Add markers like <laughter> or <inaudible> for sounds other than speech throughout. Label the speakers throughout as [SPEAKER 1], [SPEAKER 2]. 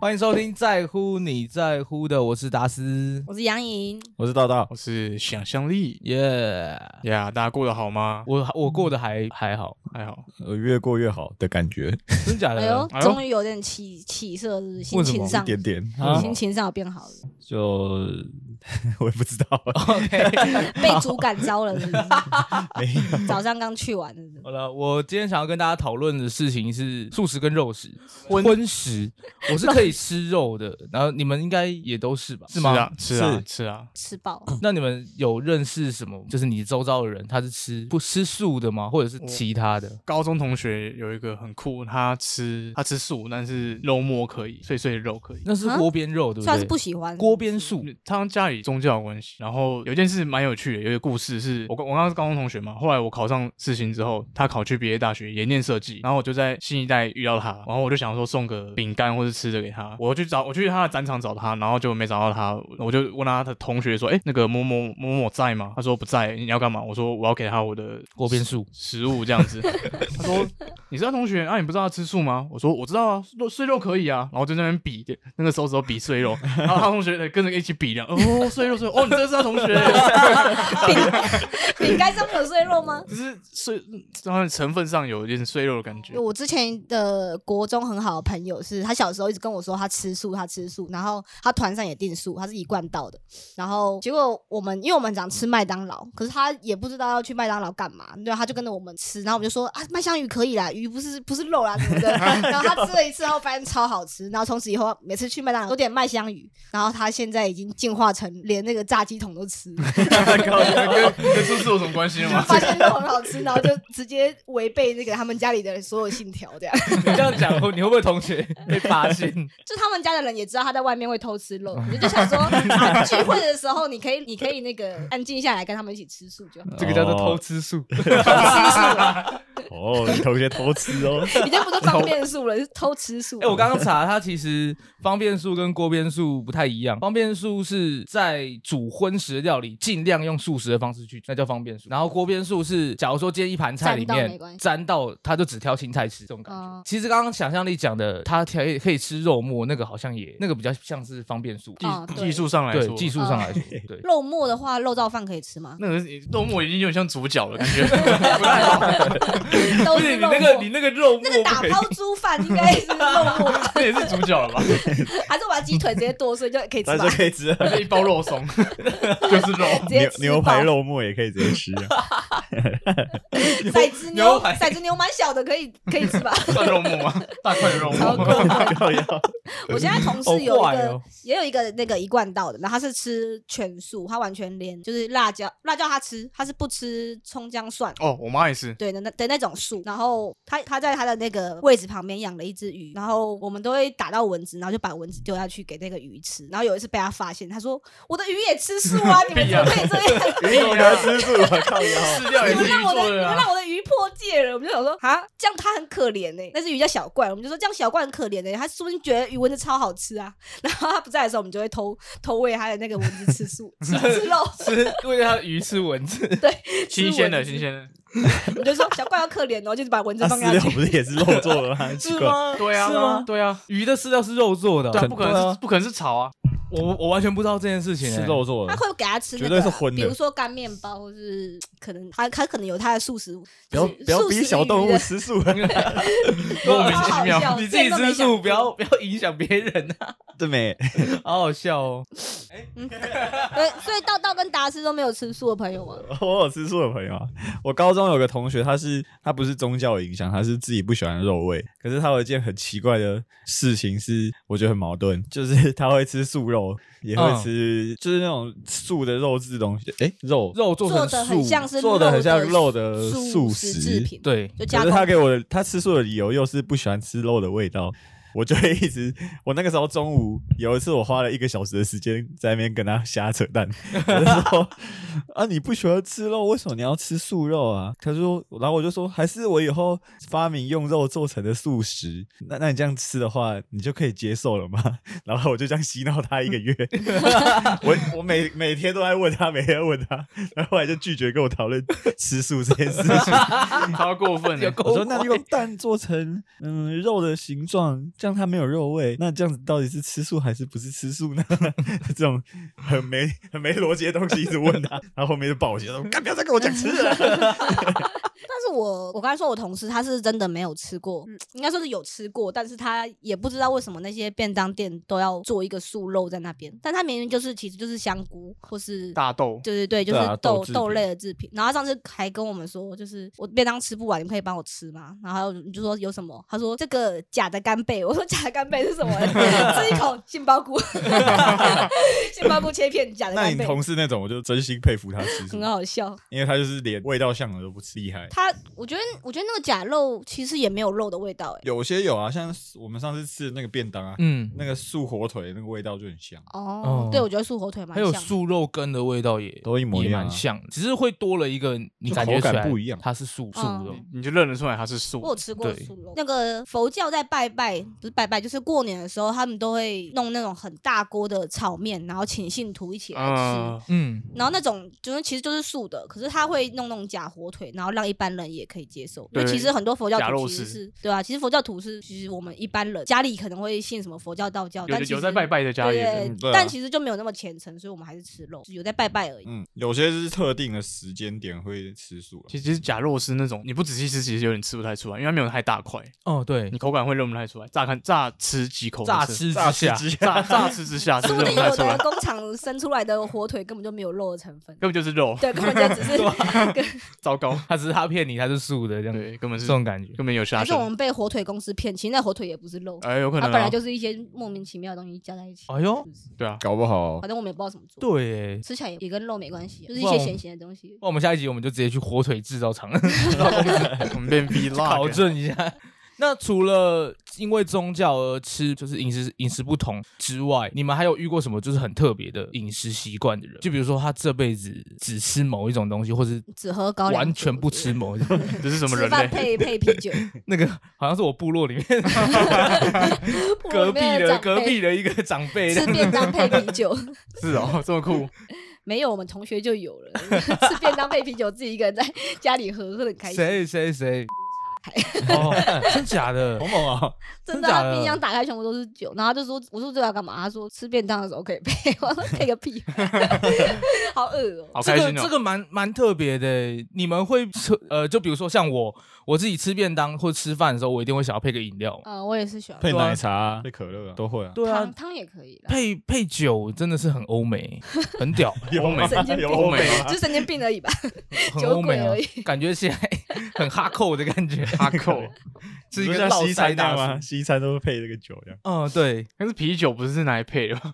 [SPEAKER 1] 欢迎收听《在乎你在乎的》，我是达斯，
[SPEAKER 2] 我是杨颖，
[SPEAKER 3] 我是道道，
[SPEAKER 4] 我是想象力
[SPEAKER 1] 耶、
[SPEAKER 4] 呀大家过得好吗？
[SPEAKER 1] 我我过得还还好，
[SPEAKER 4] 还好，
[SPEAKER 3] 呃，越过越好的感觉，
[SPEAKER 1] 真假的？
[SPEAKER 2] 哎呦，
[SPEAKER 4] 哎呦
[SPEAKER 2] 终于有点起起色，是不是？心
[SPEAKER 1] 呃为什么
[SPEAKER 2] 情上
[SPEAKER 3] 一点点，
[SPEAKER 1] 啊
[SPEAKER 2] 心情上有变好了，
[SPEAKER 3] 就 <laughs> 我也不知道，啊
[SPEAKER 2] 被主感召了，是
[SPEAKER 1] <laughs>
[SPEAKER 2] 不是？
[SPEAKER 3] 没有
[SPEAKER 2] 早上刚去完，是不是？
[SPEAKER 1] 好了，我今天想要跟大家讨论的事情是素食跟肉食，荤食，我是可以吃肉的，然后你们应该也都是吧？是吗？
[SPEAKER 4] 啊，吃啊
[SPEAKER 3] 是，
[SPEAKER 4] 吃啊，
[SPEAKER 2] 吃饱，
[SPEAKER 1] 那你们有认识什么？就是你周遭的人，他是吃不吃素的吗？或者是其他的？
[SPEAKER 4] 高中同学有一个很酷，他吃他吃素，但是肉末可以，碎碎的肉可以。
[SPEAKER 1] 那是
[SPEAKER 2] 啊
[SPEAKER 1] 锅边肉，对不
[SPEAKER 2] 算是
[SPEAKER 1] 对？
[SPEAKER 2] 不喜欢
[SPEAKER 1] 锅边素，
[SPEAKER 4] 他家里宗教的关系，然后有一件事蛮有趣的，有一个故事是我我刚刚是高中同学嘛，后来我考上世新之后，他考去别的大学也念设计，然后我就在新一代遇到他，然后我就想说送个饼干或是吃的给他，我去找我去他的展场找他，然后就没找到他，我就问他的同学说，哎，那个某某某某在吗？他说不在，你要干嘛？我说我要给他我的 <laughs>
[SPEAKER 1] 锅边素，
[SPEAKER 4] 食物这样子。 <laughs> 他说：“你是他同学啊，你不知道他吃素吗？”我说：“我知道啊，肉碎肉可以啊。”然后就在那边比，那个手指头比碎 <laughs> 肉，然后他同学跟着一起比量，哦，碎肉碎肉，哦，你这是他同 <laughs> 学，
[SPEAKER 2] 饼饼干上面有碎肉吗？
[SPEAKER 4] 只是碎，嗯然后成分上有一点碎肉的感觉。
[SPEAKER 2] 我之前的国中很好的朋友是，他小时候一直跟我说他吃素，他吃素，然后他团上也订素，他是一贯道的。然后结果我们因为我们想吃麦当劳，可是他也不知道要去麦当劳干嘛，对啊，他就跟着我们吃，然后我们就说啊，麦香鱼可以啦，鱼不是不是肉啦什么的。 <laughs> 然后他吃了一次后发现超好吃，然后从此以后每次去麦当劳都点麦香鱼，然后他现在已经进化成连那个炸鸡桶都吃，啊
[SPEAKER 4] 跟跟素是有什么关系吗？
[SPEAKER 2] 发现肉很好吃，然后就直接违背那个他们家里的所有信条这样。
[SPEAKER 1] 你这样讲，你会不会同学被发现？
[SPEAKER 2] 就他们家的人也知道他在外面会偷吃
[SPEAKER 1] <laughs>
[SPEAKER 2] 肉，我就想说，啊聚会的时候你可以，你可以那个安静下来跟他们一起吃素就好，
[SPEAKER 1] <laughs> 这个叫做偷吃素。
[SPEAKER 3] 哦，你同学偷吃哦，
[SPEAKER 2] 已经不 <laughs> 是方便素了，是偷吃素。
[SPEAKER 1] 哎、我刚刚查，它其实方便素跟锅边素不太一样。方便素是在煮荤食的料理，尽量用素食的方式去，那叫方便素。然后锅边素是，假如说今天一盘菜里
[SPEAKER 2] 沾到没
[SPEAKER 1] 面
[SPEAKER 2] 关系
[SPEAKER 1] 沾到，它就只挑青菜吃这种感觉。
[SPEAKER 2] 哦
[SPEAKER 1] 其实刚刚想象力讲的，它可以可以吃肉末，那个好像也那个比较像是方便素，
[SPEAKER 4] 技
[SPEAKER 2] 哦对
[SPEAKER 4] 技术上来
[SPEAKER 1] 对
[SPEAKER 4] 说，
[SPEAKER 1] 技术上来说，
[SPEAKER 2] <laughs>
[SPEAKER 1] 对。
[SPEAKER 2] 肉末的话，肉燥饭可以吃吗？
[SPEAKER 4] 那个是肉末已经有点像主角了，感觉
[SPEAKER 2] <laughs> 都
[SPEAKER 1] <laughs> 不
[SPEAKER 2] 是
[SPEAKER 1] 是你
[SPEAKER 2] 肉末
[SPEAKER 1] 那个你那个肉末
[SPEAKER 2] 那个
[SPEAKER 1] 不
[SPEAKER 2] 打
[SPEAKER 1] 可以，
[SPEAKER 2] 抛猪饭应该是肉末吧，
[SPEAKER 4] 那也是主角了吧？
[SPEAKER 2] 还是我把鸡腿直接剁碎就可以吃
[SPEAKER 1] <laughs>
[SPEAKER 3] 但
[SPEAKER 2] 吧
[SPEAKER 3] 是？可以吃啊，
[SPEAKER 4] 一包肉
[SPEAKER 2] <laughs>
[SPEAKER 4] 松就是肉，
[SPEAKER 2] 直接
[SPEAKER 3] 牛
[SPEAKER 2] 吃饱
[SPEAKER 3] 牛排、肉末也可以直接吃
[SPEAKER 2] <laughs>
[SPEAKER 3] 啊，
[SPEAKER 2] 骰子牛、
[SPEAKER 1] 牛排
[SPEAKER 2] 骰子牛蛮小的，可以可以吃
[SPEAKER 1] <laughs>
[SPEAKER 2] 吧？
[SPEAKER 4] 算肉末吗？大块的肉
[SPEAKER 2] 超
[SPEAKER 4] 末
[SPEAKER 2] 过。分。
[SPEAKER 3] <laughs> 要要，
[SPEAKER 2] 我现在同事有一
[SPEAKER 1] 好怪
[SPEAKER 2] 个、
[SPEAKER 1] 哦
[SPEAKER 2] 也有一个那个一贯道的，然后他是吃全素，他完全连就是辣椒辣椒他吃，他是不吃葱姜蒜。
[SPEAKER 4] 哦，我妈也是，
[SPEAKER 2] 对的那的那种树，然后他他在他的那个位置旁边养了一只鱼，然后我们都会打到蚊子，然后就把蚊子丢下去给那个鱼吃。然后有一次被他发现，他说我的鱼也吃素
[SPEAKER 1] <laughs>
[SPEAKER 2] 啊，你们怎么可以这样？
[SPEAKER 3] 你怎么能吃素啊？靠
[SPEAKER 2] <laughs>
[SPEAKER 3] 腰，
[SPEAKER 4] 饲料也
[SPEAKER 2] 你
[SPEAKER 4] 是
[SPEAKER 2] 们
[SPEAKER 4] 鱼
[SPEAKER 2] 让我的，
[SPEAKER 4] 做
[SPEAKER 2] 你
[SPEAKER 4] 的
[SPEAKER 2] 们
[SPEAKER 4] 啊。
[SPEAKER 2] 让我的鱼破戒了。我们就想说，啊，这样它很可怜呢、那只鱼叫小怪，我们就说这样小怪很可怜呢、它说不定觉得鱼蚊子超好吃啊。然后它不在的时候，我们就会偷偷喂它的那个蚊子吃素
[SPEAKER 4] <laughs>
[SPEAKER 2] 吃吃肉，
[SPEAKER 1] 吃为了它鱼吃蚊子，
[SPEAKER 4] 新鲜的，
[SPEAKER 2] 吃
[SPEAKER 4] 新
[SPEAKER 2] 蚊子
[SPEAKER 4] 鲜的，
[SPEAKER 2] 我们就说小怪好可怜哦，就是把蚊子
[SPEAKER 3] 那
[SPEAKER 2] 放
[SPEAKER 3] 饲
[SPEAKER 2] 下
[SPEAKER 3] 料
[SPEAKER 2] 去。
[SPEAKER 3] 啊不是也是肉做
[SPEAKER 2] <laughs>
[SPEAKER 3] 的吗？奇
[SPEAKER 1] 是
[SPEAKER 3] 怪，
[SPEAKER 1] 吗？
[SPEAKER 4] 对啊，
[SPEAKER 1] 是吗？
[SPEAKER 4] 对啊，
[SPEAKER 1] 鱼的饲料是肉做的哦，
[SPEAKER 4] 对啊，不可
[SPEAKER 1] 对
[SPEAKER 4] 能
[SPEAKER 1] 啊
[SPEAKER 4] 是不可能是草啊，
[SPEAKER 1] 我我完全不知道这件事情、
[SPEAKER 3] 是
[SPEAKER 1] 欸
[SPEAKER 3] 肉做
[SPEAKER 2] 他
[SPEAKER 3] 的，
[SPEAKER 2] 会给它吃、那个啊，
[SPEAKER 3] 绝对是荤的
[SPEAKER 2] 比如说干面包，或是可能它它可能有它的素食，
[SPEAKER 3] 不要
[SPEAKER 2] 就是
[SPEAKER 3] 不要
[SPEAKER 2] 素食
[SPEAKER 3] 逼小动
[SPEAKER 2] 鱼
[SPEAKER 3] 物
[SPEAKER 2] 的
[SPEAKER 3] 吃素啊，
[SPEAKER 2] <laughs>
[SPEAKER 4] 莫名
[SPEAKER 2] 好
[SPEAKER 4] 其
[SPEAKER 2] 好
[SPEAKER 4] 妙。
[SPEAKER 2] 笑
[SPEAKER 1] 你自己
[SPEAKER 2] 这个都没
[SPEAKER 1] 吃
[SPEAKER 2] 想
[SPEAKER 1] 素，
[SPEAKER 2] 过
[SPEAKER 1] 不要不要影响别人 <laughs> 啊！
[SPEAKER 3] 对没？
[SPEAKER 1] 好好笑哦。
[SPEAKER 2] 对，所以道道跟达斯都没有吃素的朋友吗？
[SPEAKER 3] 我有吃素的朋友啊，我高中有个同学，他是他不是宗教影响，他是自己不喜欢肉味。可是他有一件很奇怪的事情是，我觉得很矛盾，就是他会吃素肉，也会吃、就是那种素的肉质东西，诶，肉
[SPEAKER 1] 肉做
[SPEAKER 2] 做
[SPEAKER 1] 成
[SPEAKER 2] 的很
[SPEAKER 1] 素，
[SPEAKER 2] 像是
[SPEAKER 3] 做得很像肉
[SPEAKER 2] 的
[SPEAKER 3] 的
[SPEAKER 2] 素
[SPEAKER 3] 呃素
[SPEAKER 2] 食制
[SPEAKER 3] 食。
[SPEAKER 2] 品，，
[SPEAKER 1] 对，
[SPEAKER 2] 就加
[SPEAKER 3] 可是
[SPEAKER 2] 工
[SPEAKER 3] 他给我的他吃素的理由又是不喜欢吃肉的味道。我就会一直，我那个时候中午有一次，我花了一个小时的时间在那边跟他瞎扯淡，我就说啊，你不喜欢吃肉，为什么你要吃素肉啊？他说，然后我就说，还是我以后发明用肉做成的素食，那那你这样吃的话，你就可以接受了吗？ <laughs> 然后我就这样洗脑他一
[SPEAKER 2] <laughs>
[SPEAKER 3] 个月，我我每每天都在问他，每天在问他，然后后来就拒绝跟我讨论吃素这件事情。
[SPEAKER 4] 超过分欸
[SPEAKER 1] 有
[SPEAKER 4] 的。
[SPEAKER 1] 够啊
[SPEAKER 3] 我说那用蛋做成嗯肉的形状这样它没有肉味，那这样子到底是吃素还是不是吃素呢？ <laughs> 这种很没很没逻辑的东西一直问他，然后后面就爆血了，干不要再跟我讲吃
[SPEAKER 2] <laughs>
[SPEAKER 3] 了。
[SPEAKER 2] 但是我我刚才说我同事他是真的没有吃过，嗯应该说是有吃过，但是他也不知道为什么那些便当店都要做一个素肉在那边，但他明明就是其实就是香菇或是
[SPEAKER 4] 大豆，
[SPEAKER 2] 对对对，就
[SPEAKER 3] 对
[SPEAKER 2] 是
[SPEAKER 3] 啊
[SPEAKER 2] 豆
[SPEAKER 3] 豆制
[SPEAKER 2] 豆
[SPEAKER 3] 品
[SPEAKER 2] 类的制品。然后他上次还跟我们说，就是我便当吃不完，你们可以帮我吃吗？然后你就说有什么？他说这个假的干贝，我说假的干贝是什么？吃一
[SPEAKER 3] <laughs>
[SPEAKER 2] 口杏鲍菇， <laughs> 杏鲍菇切片，假的
[SPEAKER 3] 那
[SPEAKER 2] 干
[SPEAKER 3] 你
[SPEAKER 2] 贝，
[SPEAKER 3] 同事那种，我就真心佩服他吃素
[SPEAKER 2] 很，好笑。
[SPEAKER 3] 因为他就是连味道像的都不吃，厉害。
[SPEAKER 2] 他我觉得我觉得那个假肉其实也没有肉的味道哎、
[SPEAKER 3] 有些有啊，像我们上次吃的那个便当啊，
[SPEAKER 1] 嗯，
[SPEAKER 3] 那个素火腿那个味道就很像。
[SPEAKER 1] 哦，
[SPEAKER 2] 哦对，我觉得素火腿蛮
[SPEAKER 1] 还有
[SPEAKER 2] 像的。
[SPEAKER 1] 素肉羹的味道也
[SPEAKER 3] 都一模一
[SPEAKER 1] 也
[SPEAKER 3] 样啊
[SPEAKER 1] 蛮像，只是会多了一个你感觉
[SPEAKER 3] 就口感
[SPEAKER 1] 出来
[SPEAKER 3] 不一样
[SPEAKER 1] 它是素素
[SPEAKER 2] 嗯
[SPEAKER 1] 肉。
[SPEAKER 4] 你就认得出来它是素
[SPEAKER 2] 我有。吃过
[SPEAKER 1] 对
[SPEAKER 2] 素肉，那个佛教在拜拜，不是拜拜，就是过年的时候，他们都会弄那种很大锅的炒面，然后请信徒一起来吃。
[SPEAKER 4] 嗯，
[SPEAKER 1] 嗯，
[SPEAKER 2] 然后那种就是其实就是素的，可是他会弄那种假火腿，然后让一般人也可以接受。因为
[SPEAKER 4] 对
[SPEAKER 2] 其实很多佛教
[SPEAKER 4] 假
[SPEAKER 2] 徒
[SPEAKER 4] 肉
[SPEAKER 2] 其实
[SPEAKER 4] 丝
[SPEAKER 2] 是对啊，其实佛教徒是其实我们一般人家里可能会信什么佛教、道教，
[SPEAKER 4] 有
[SPEAKER 2] 但其实
[SPEAKER 4] 有在拜拜的家里
[SPEAKER 2] 对
[SPEAKER 4] 的，
[SPEAKER 2] 对
[SPEAKER 3] 嗯对啊
[SPEAKER 2] 但其实就没有那么虔诚，所以我们还是吃肉，有在拜拜而已。
[SPEAKER 3] 嗯，有些是特定的时间点会吃素啊，
[SPEAKER 4] 其实假肉丝那种，你不仔细吃，其实有点吃不太出来，因为它没有太大块，
[SPEAKER 1] 哦对
[SPEAKER 4] 你，口感会认不太出来。乍看乍吃几口就
[SPEAKER 1] 乍
[SPEAKER 4] 吃，
[SPEAKER 1] 吃
[SPEAKER 3] 乍
[SPEAKER 1] 之
[SPEAKER 3] 吃
[SPEAKER 1] 下，
[SPEAKER 3] 之下
[SPEAKER 4] 乍 <laughs> 乍吃之下
[SPEAKER 2] 说
[SPEAKER 4] 啊就
[SPEAKER 2] 不
[SPEAKER 4] 认
[SPEAKER 2] 定
[SPEAKER 4] 不太
[SPEAKER 2] 有
[SPEAKER 4] 出来
[SPEAKER 2] 的，工厂生出来的火腿根本就没有肉的成分，
[SPEAKER 4] 根本就是肉，
[SPEAKER 2] 对，根本
[SPEAKER 1] <laughs>
[SPEAKER 2] 就只是
[SPEAKER 1] 啊
[SPEAKER 4] 糟糕。
[SPEAKER 1] 他只是他骗你，他是素的这样，
[SPEAKER 4] 对，根本
[SPEAKER 1] 嗯这
[SPEAKER 4] 是
[SPEAKER 1] 种感觉。
[SPEAKER 4] 根本有下
[SPEAKER 2] 还是我
[SPEAKER 4] 手。
[SPEAKER 2] 们被火腿公司骗，其实那火腿也不是肉，
[SPEAKER 4] 哎，有可
[SPEAKER 2] 它
[SPEAKER 4] 能
[SPEAKER 2] 本
[SPEAKER 4] 啊
[SPEAKER 2] 来，就是一些莫名其妙的东西加在一起。
[SPEAKER 1] 哎呦，
[SPEAKER 4] 对啊，
[SPEAKER 3] 搞不好
[SPEAKER 2] 反正我们也不知道怎么做，
[SPEAKER 1] 对耶，
[SPEAKER 2] 吃起来也也跟肉没关系，就是一
[SPEAKER 1] 哇哦
[SPEAKER 2] 些
[SPEAKER 1] 我
[SPEAKER 2] 咸咸的东西。
[SPEAKER 1] 那我们下一集我们就直接去火腿制造厂
[SPEAKER 4] 我们变 vlog 欸
[SPEAKER 1] <laughs> 考
[SPEAKER 4] 了
[SPEAKER 1] 证一下。那除了因为宗教而吃，就是饮食饮食不同之外，你们还有遇过什么就是很特别的饮食习惯的人？就比如说他这辈子只吃某一种东西，或是
[SPEAKER 2] 只喝高粱酒，
[SPEAKER 1] 完全不吃某一种。
[SPEAKER 2] <laughs>
[SPEAKER 4] 这是什么
[SPEAKER 2] 吃
[SPEAKER 4] 人
[SPEAKER 2] 饭
[SPEAKER 4] 类？
[SPEAKER 2] 配配啤
[SPEAKER 1] <laughs>
[SPEAKER 2] 酒，
[SPEAKER 1] 那个好像是我部落里面
[SPEAKER 2] 我
[SPEAKER 1] 隔
[SPEAKER 2] 里
[SPEAKER 1] 壁
[SPEAKER 2] 面
[SPEAKER 1] 的
[SPEAKER 2] 长
[SPEAKER 1] 隔
[SPEAKER 2] 辈
[SPEAKER 1] 壁的一个长辈，
[SPEAKER 2] 吃便当配啤
[SPEAKER 1] <laughs>
[SPEAKER 2] 酒，
[SPEAKER 4] 是哦，这么酷，
[SPEAKER 2] 没有我们同学就有了， <laughs> 吃便当配啤酒，自己一个人在 <laughs> 家里喝，喝的很开心。
[SPEAKER 1] 谁谁
[SPEAKER 2] <laughs>
[SPEAKER 1] 谁，哦，真假的，
[SPEAKER 3] 好猛啊！
[SPEAKER 2] 真
[SPEAKER 1] 真
[SPEAKER 2] 的，
[SPEAKER 1] 假
[SPEAKER 2] 他
[SPEAKER 1] 的
[SPEAKER 2] 冰箱打开全部都是酒，然后他就说：“我说这要干嘛？”他说：“吃便当的时候可以配。”我说：“配
[SPEAKER 1] <laughs>
[SPEAKER 2] 个屁，好饿哦。
[SPEAKER 4] 好
[SPEAKER 1] 这
[SPEAKER 4] 开
[SPEAKER 1] 个
[SPEAKER 4] 心
[SPEAKER 1] 这
[SPEAKER 4] 哦。
[SPEAKER 1] 个蛮蛮特别的。欸你们会吃呃，就比如说像我，我自己吃便当或吃饭的时候，我一定会想要配个饮料”。
[SPEAKER 2] 嗯，我也是喜欢
[SPEAKER 3] 配
[SPEAKER 1] 对啊
[SPEAKER 3] 奶茶、啊、配可乐、啊、都会啊。
[SPEAKER 1] 对啊
[SPEAKER 2] 哦汤，汤也可以啦，
[SPEAKER 1] 配配酒真的是很欧美，很
[SPEAKER 2] <laughs>
[SPEAKER 1] 屌，
[SPEAKER 3] <laughs>
[SPEAKER 4] 欧美
[SPEAKER 2] 神经病
[SPEAKER 4] 有欧美
[SPEAKER 2] 就
[SPEAKER 4] 吗？
[SPEAKER 2] 是神经病而已吧。
[SPEAKER 1] 很
[SPEAKER 2] 酒
[SPEAKER 1] 欧美
[SPEAKER 2] 鬼
[SPEAKER 1] 啊
[SPEAKER 2] 而已，
[SPEAKER 1] 感觉起来 <laughs> 很哈扣的感觉，
[SPEAKER 4] 哈扣，
[SPEAKER 1] 是一
[SPEAKER 3] 你
[SPEAKER 1] 个
[SPEAKER 3] 说像
[SPEAKER 1] 老
[SPEAKER 3] 西
[SPEAKER 1] 塞
[SPEAKER 3] 餐那
[SPEAKER 1] 大
[SPEAKER 3] 样吗？
[SPEAKER 1] 叔。
[SPEAKER 3] 西餐都会配这个酒这样。
[SPEAKER 1] 嗯，对，
[SPEAKER 4] 但是啤酒不是拿来配的吗？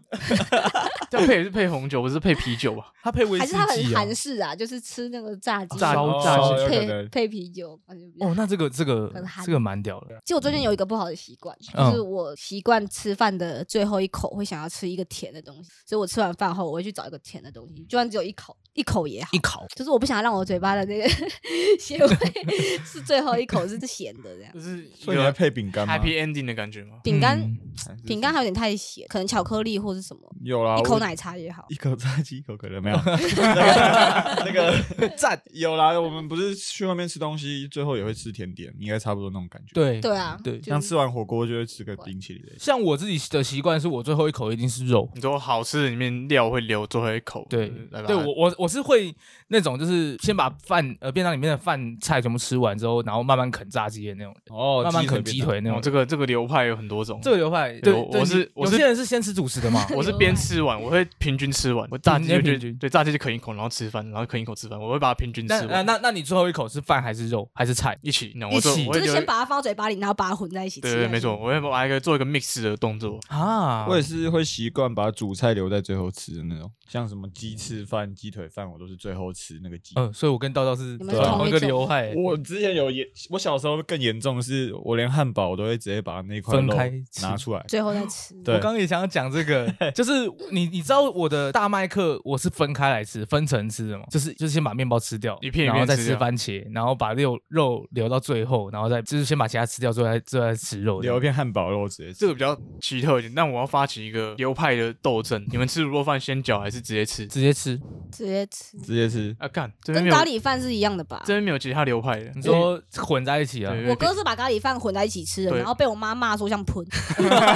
[SPEAKER 4] <laughs> 这样配也是配红酒，不是配啤酒吧？
[SPEAKER 1] 他配威
[SPEAKER 2] 还
[SPEAKER 1] 士
[SPEAKER 2] 是他很
[SPEAKER 1] 忌啊。
[SPEAKER 2] 韩式啊，就是吃那个炸鸡，
[SPEAKER 4] 炸
[SPEAKER 1] 烧
[SPEAKER 4] 哦
[SPEAKER 1] 炸
[SPEAKER 4] 哦
[SPEAKER 1] 鸡
[SPEAKER 3] 有可
[SPEAKER 2] 配
[SPEAKER 3] 能
[SPEAKER 2] 配啤酒，感觉比较
[SPEAKER 1] 哦，那这个这个
[SPEAKER 2] 很韩
[SPEAKER 1] 这个蛮屌的。
[SPEAKER 2] 其实我最近有一个不好的习惯，
[SPEAKER 1] 嗯
[SPEAKER 2] 就是我习惯吃饭的最后一口会想要吃一个甜的东西，所以我吃完饭后我会去找一个甜的东西，就算只有一口，一口也好
[SPEAKER 1] 一。烤
[SPEAKER 2] 就是我不想让我嘴巴的那个 <laughs>
[SPEAKER 1] <laughs>
[SPEAKER 2] 咸味是最后一口是咸的这样。
[SPEAKER 4] 就是一
[SPEAKER 3] 所以你还
[SPEAKER 4] 个
[SPEAKER 3] 配饼干吗？
[SPEAKER 4] happy ending 的感觉吗？
[SPEAKER 2] 饼干，
[SPEAKER 1] 嗯
[SPEAKER 2] 饼干还有点太咸，可能巧克力或是什么，
[SPEAKER 3] 有啦，
[SPEAKER 2] 一口
[SPEAKER 3] 我
[SPEAKER 2] 奶茶也好。
[SPEAKER 3] 一口炸鸡，一口可
[SPEAKER 1] <laughs>
[SPEAKER 3] 乐，没有。那个
[SPEAKER 1] 赞，
[SPEAKER 3] 有啦，我们不是去外面吃东西，最后也会吃甜点，应该差不多那种感觉。，
[SPEAKER 1] 对
[SPEAKER 2] 对啊，
[SPEAKER 1] 对
[SPEAKER 2] 就是
[SPEAKER 3] 像吃完火锅就会吃个冰淇淋。
[SPEAKER 1] 像我自己的习惯是我最后一口一定是肉，
[SPEAKER 4] 你说好吃的里面料会留最后一口，
[SPEAKER 1] 对
[SPEAKER 4] 来，吧。
[SPEAKER 1] 对我我我是会那种，就是先把饭呃便当里面的饭菜全部吃完之后，然后慢慢啃炸鸡的那种，
[SPEAKER 3] 哦
[SPEAKER 1] 慢慢啃鸡。腿那
[SPEAKER 4] 哦，
[SPEAKER 1] 种。
[SPEAKER 4] 这个这个流派有很多种
[SPEAKER 1] 这，个流派，对，
[SPEAKER 4] 我
[SPEAKER 1] 对
[SPEAKER 4] 我是
[SPEAKER 1] 你
[SPEAKER 4] 我
[SPEAKER 1] 有
[SPEAKER 4] 是
[SPEAKER 1] 些人是先吃主食的嘛，
[SPEAKER 4] 我是边吃完，我会平均吃完，我炸鸡
[SPEAKER 1] 你会
[SPEAKER 4] 就
[SPEAKER 1] 平
[SPEAKER 4] 就
[SPEAKER 1] 均
[SPEAKER 4] 对炸鸡就啃一口，然后吃饭，然后啃一口吃饭，我会把它平均
[SPEAKER 1] 那
[SPEAKER 4] 吃
[SPEAKER 1] 那
[SPEAKER 4] 完，
[SPEAKER 1] 那那你最后一口是饭还是肉还是菜？
[SPEAKER 4] 一起，那
[SPEAKER 1] 一
[SPEAKER 4] 我就
[SPEAKER 1] 起
[SPEAKER 4] 我
[SPEAKER 2] 就
[SPEAKER 4] 会
[SPEAKER 2] 是
[SPEAKER 4] 留
[SPEAKER 2] 先把它放到嘴巴里，然后把它混在一起吃
[SPEAKER 4] 对
[SPEAKER 2] 下去。
[SPEAKER 4] 对没错，我会把一个做一个 mix 的动作，
[SPEAKER 1] 啊，
[SPEAKER 3] 我也是会习惯把主菜留在最后吃的那种，像什么鸡翅饭、鸡腿饭，我都是最后吃那个鸡。
[SPEAKER 1] 嗯，所以我跟道道是
[SPEAKER 2] 你们
[SPEAKER 3] 是
[SPEAKER 1] 同
[SPEAKER 2] 同
[SPEAKER 1] 一
[SPEAKER 2] 一
[SPEAKER 1] 个
[SPEAKER 2] 种
[SPEAKER 1] 流派，
[SPEAKER 3] 我之前有严，我小时候更严重的是，我连汉堡我都会直接把那块
[SPEAKER 1] 分
[SPEAKER 3] 肉
[SPEAKER 1] 开吃
[SPEAKER 3] 拿出来。
[SPEAKER 2] 最后再吃。
[SPEAKER 1] <laughs>
[SPEAKER 3] 对
[SPEAKER 1] 我刚刚也想要讲这个，就是你你知道我的大麦克我是分开来吃，分层吃的吗？就是就是先把面包吃掉，
[SPEAKER 4] 一片一片
[SPEAKER 1] 然后再
[SPEAKER 4] 吃
[SPEAKER 1] 吃
[SPEAKER 4] 掉
[SPEAKER 1] 番茄，然后把肉肉留到最后，然后再就是先把其他吃掉，最后再最后再吃肉这样。
[SPEAKER 3] 留一片汉堡肉直接吃。
[SPEAKER 4] 这个比较奇特一点，但我要发起一个流派的斗争。你们吃卤肉饭先搅还是直接吃？
[SPEAKER 1] 直接吃，
[SPEAKER 2] 直接吃，
[SPEAKER 3] 直接吃，
[SPEAKER 4] 啊，干，这边
[SPEAKER 2] 跟
[SPEAKER 4] 没有
[SPEAKER 2] 咖，喱饭是一样的吧？
[SPEAKER 4] 这边没有其他流派的。
[SPEAKER 1] 你说混在一起啊？
[SPEAKER 4] 对
[SPEAKER 2] 我哥是把咖喱饭混在一起吃的，
[SPEAKER 4] 对
[SPEAKER 2] 然后被我妈骂说像喷，
[SPEAKER 3] 然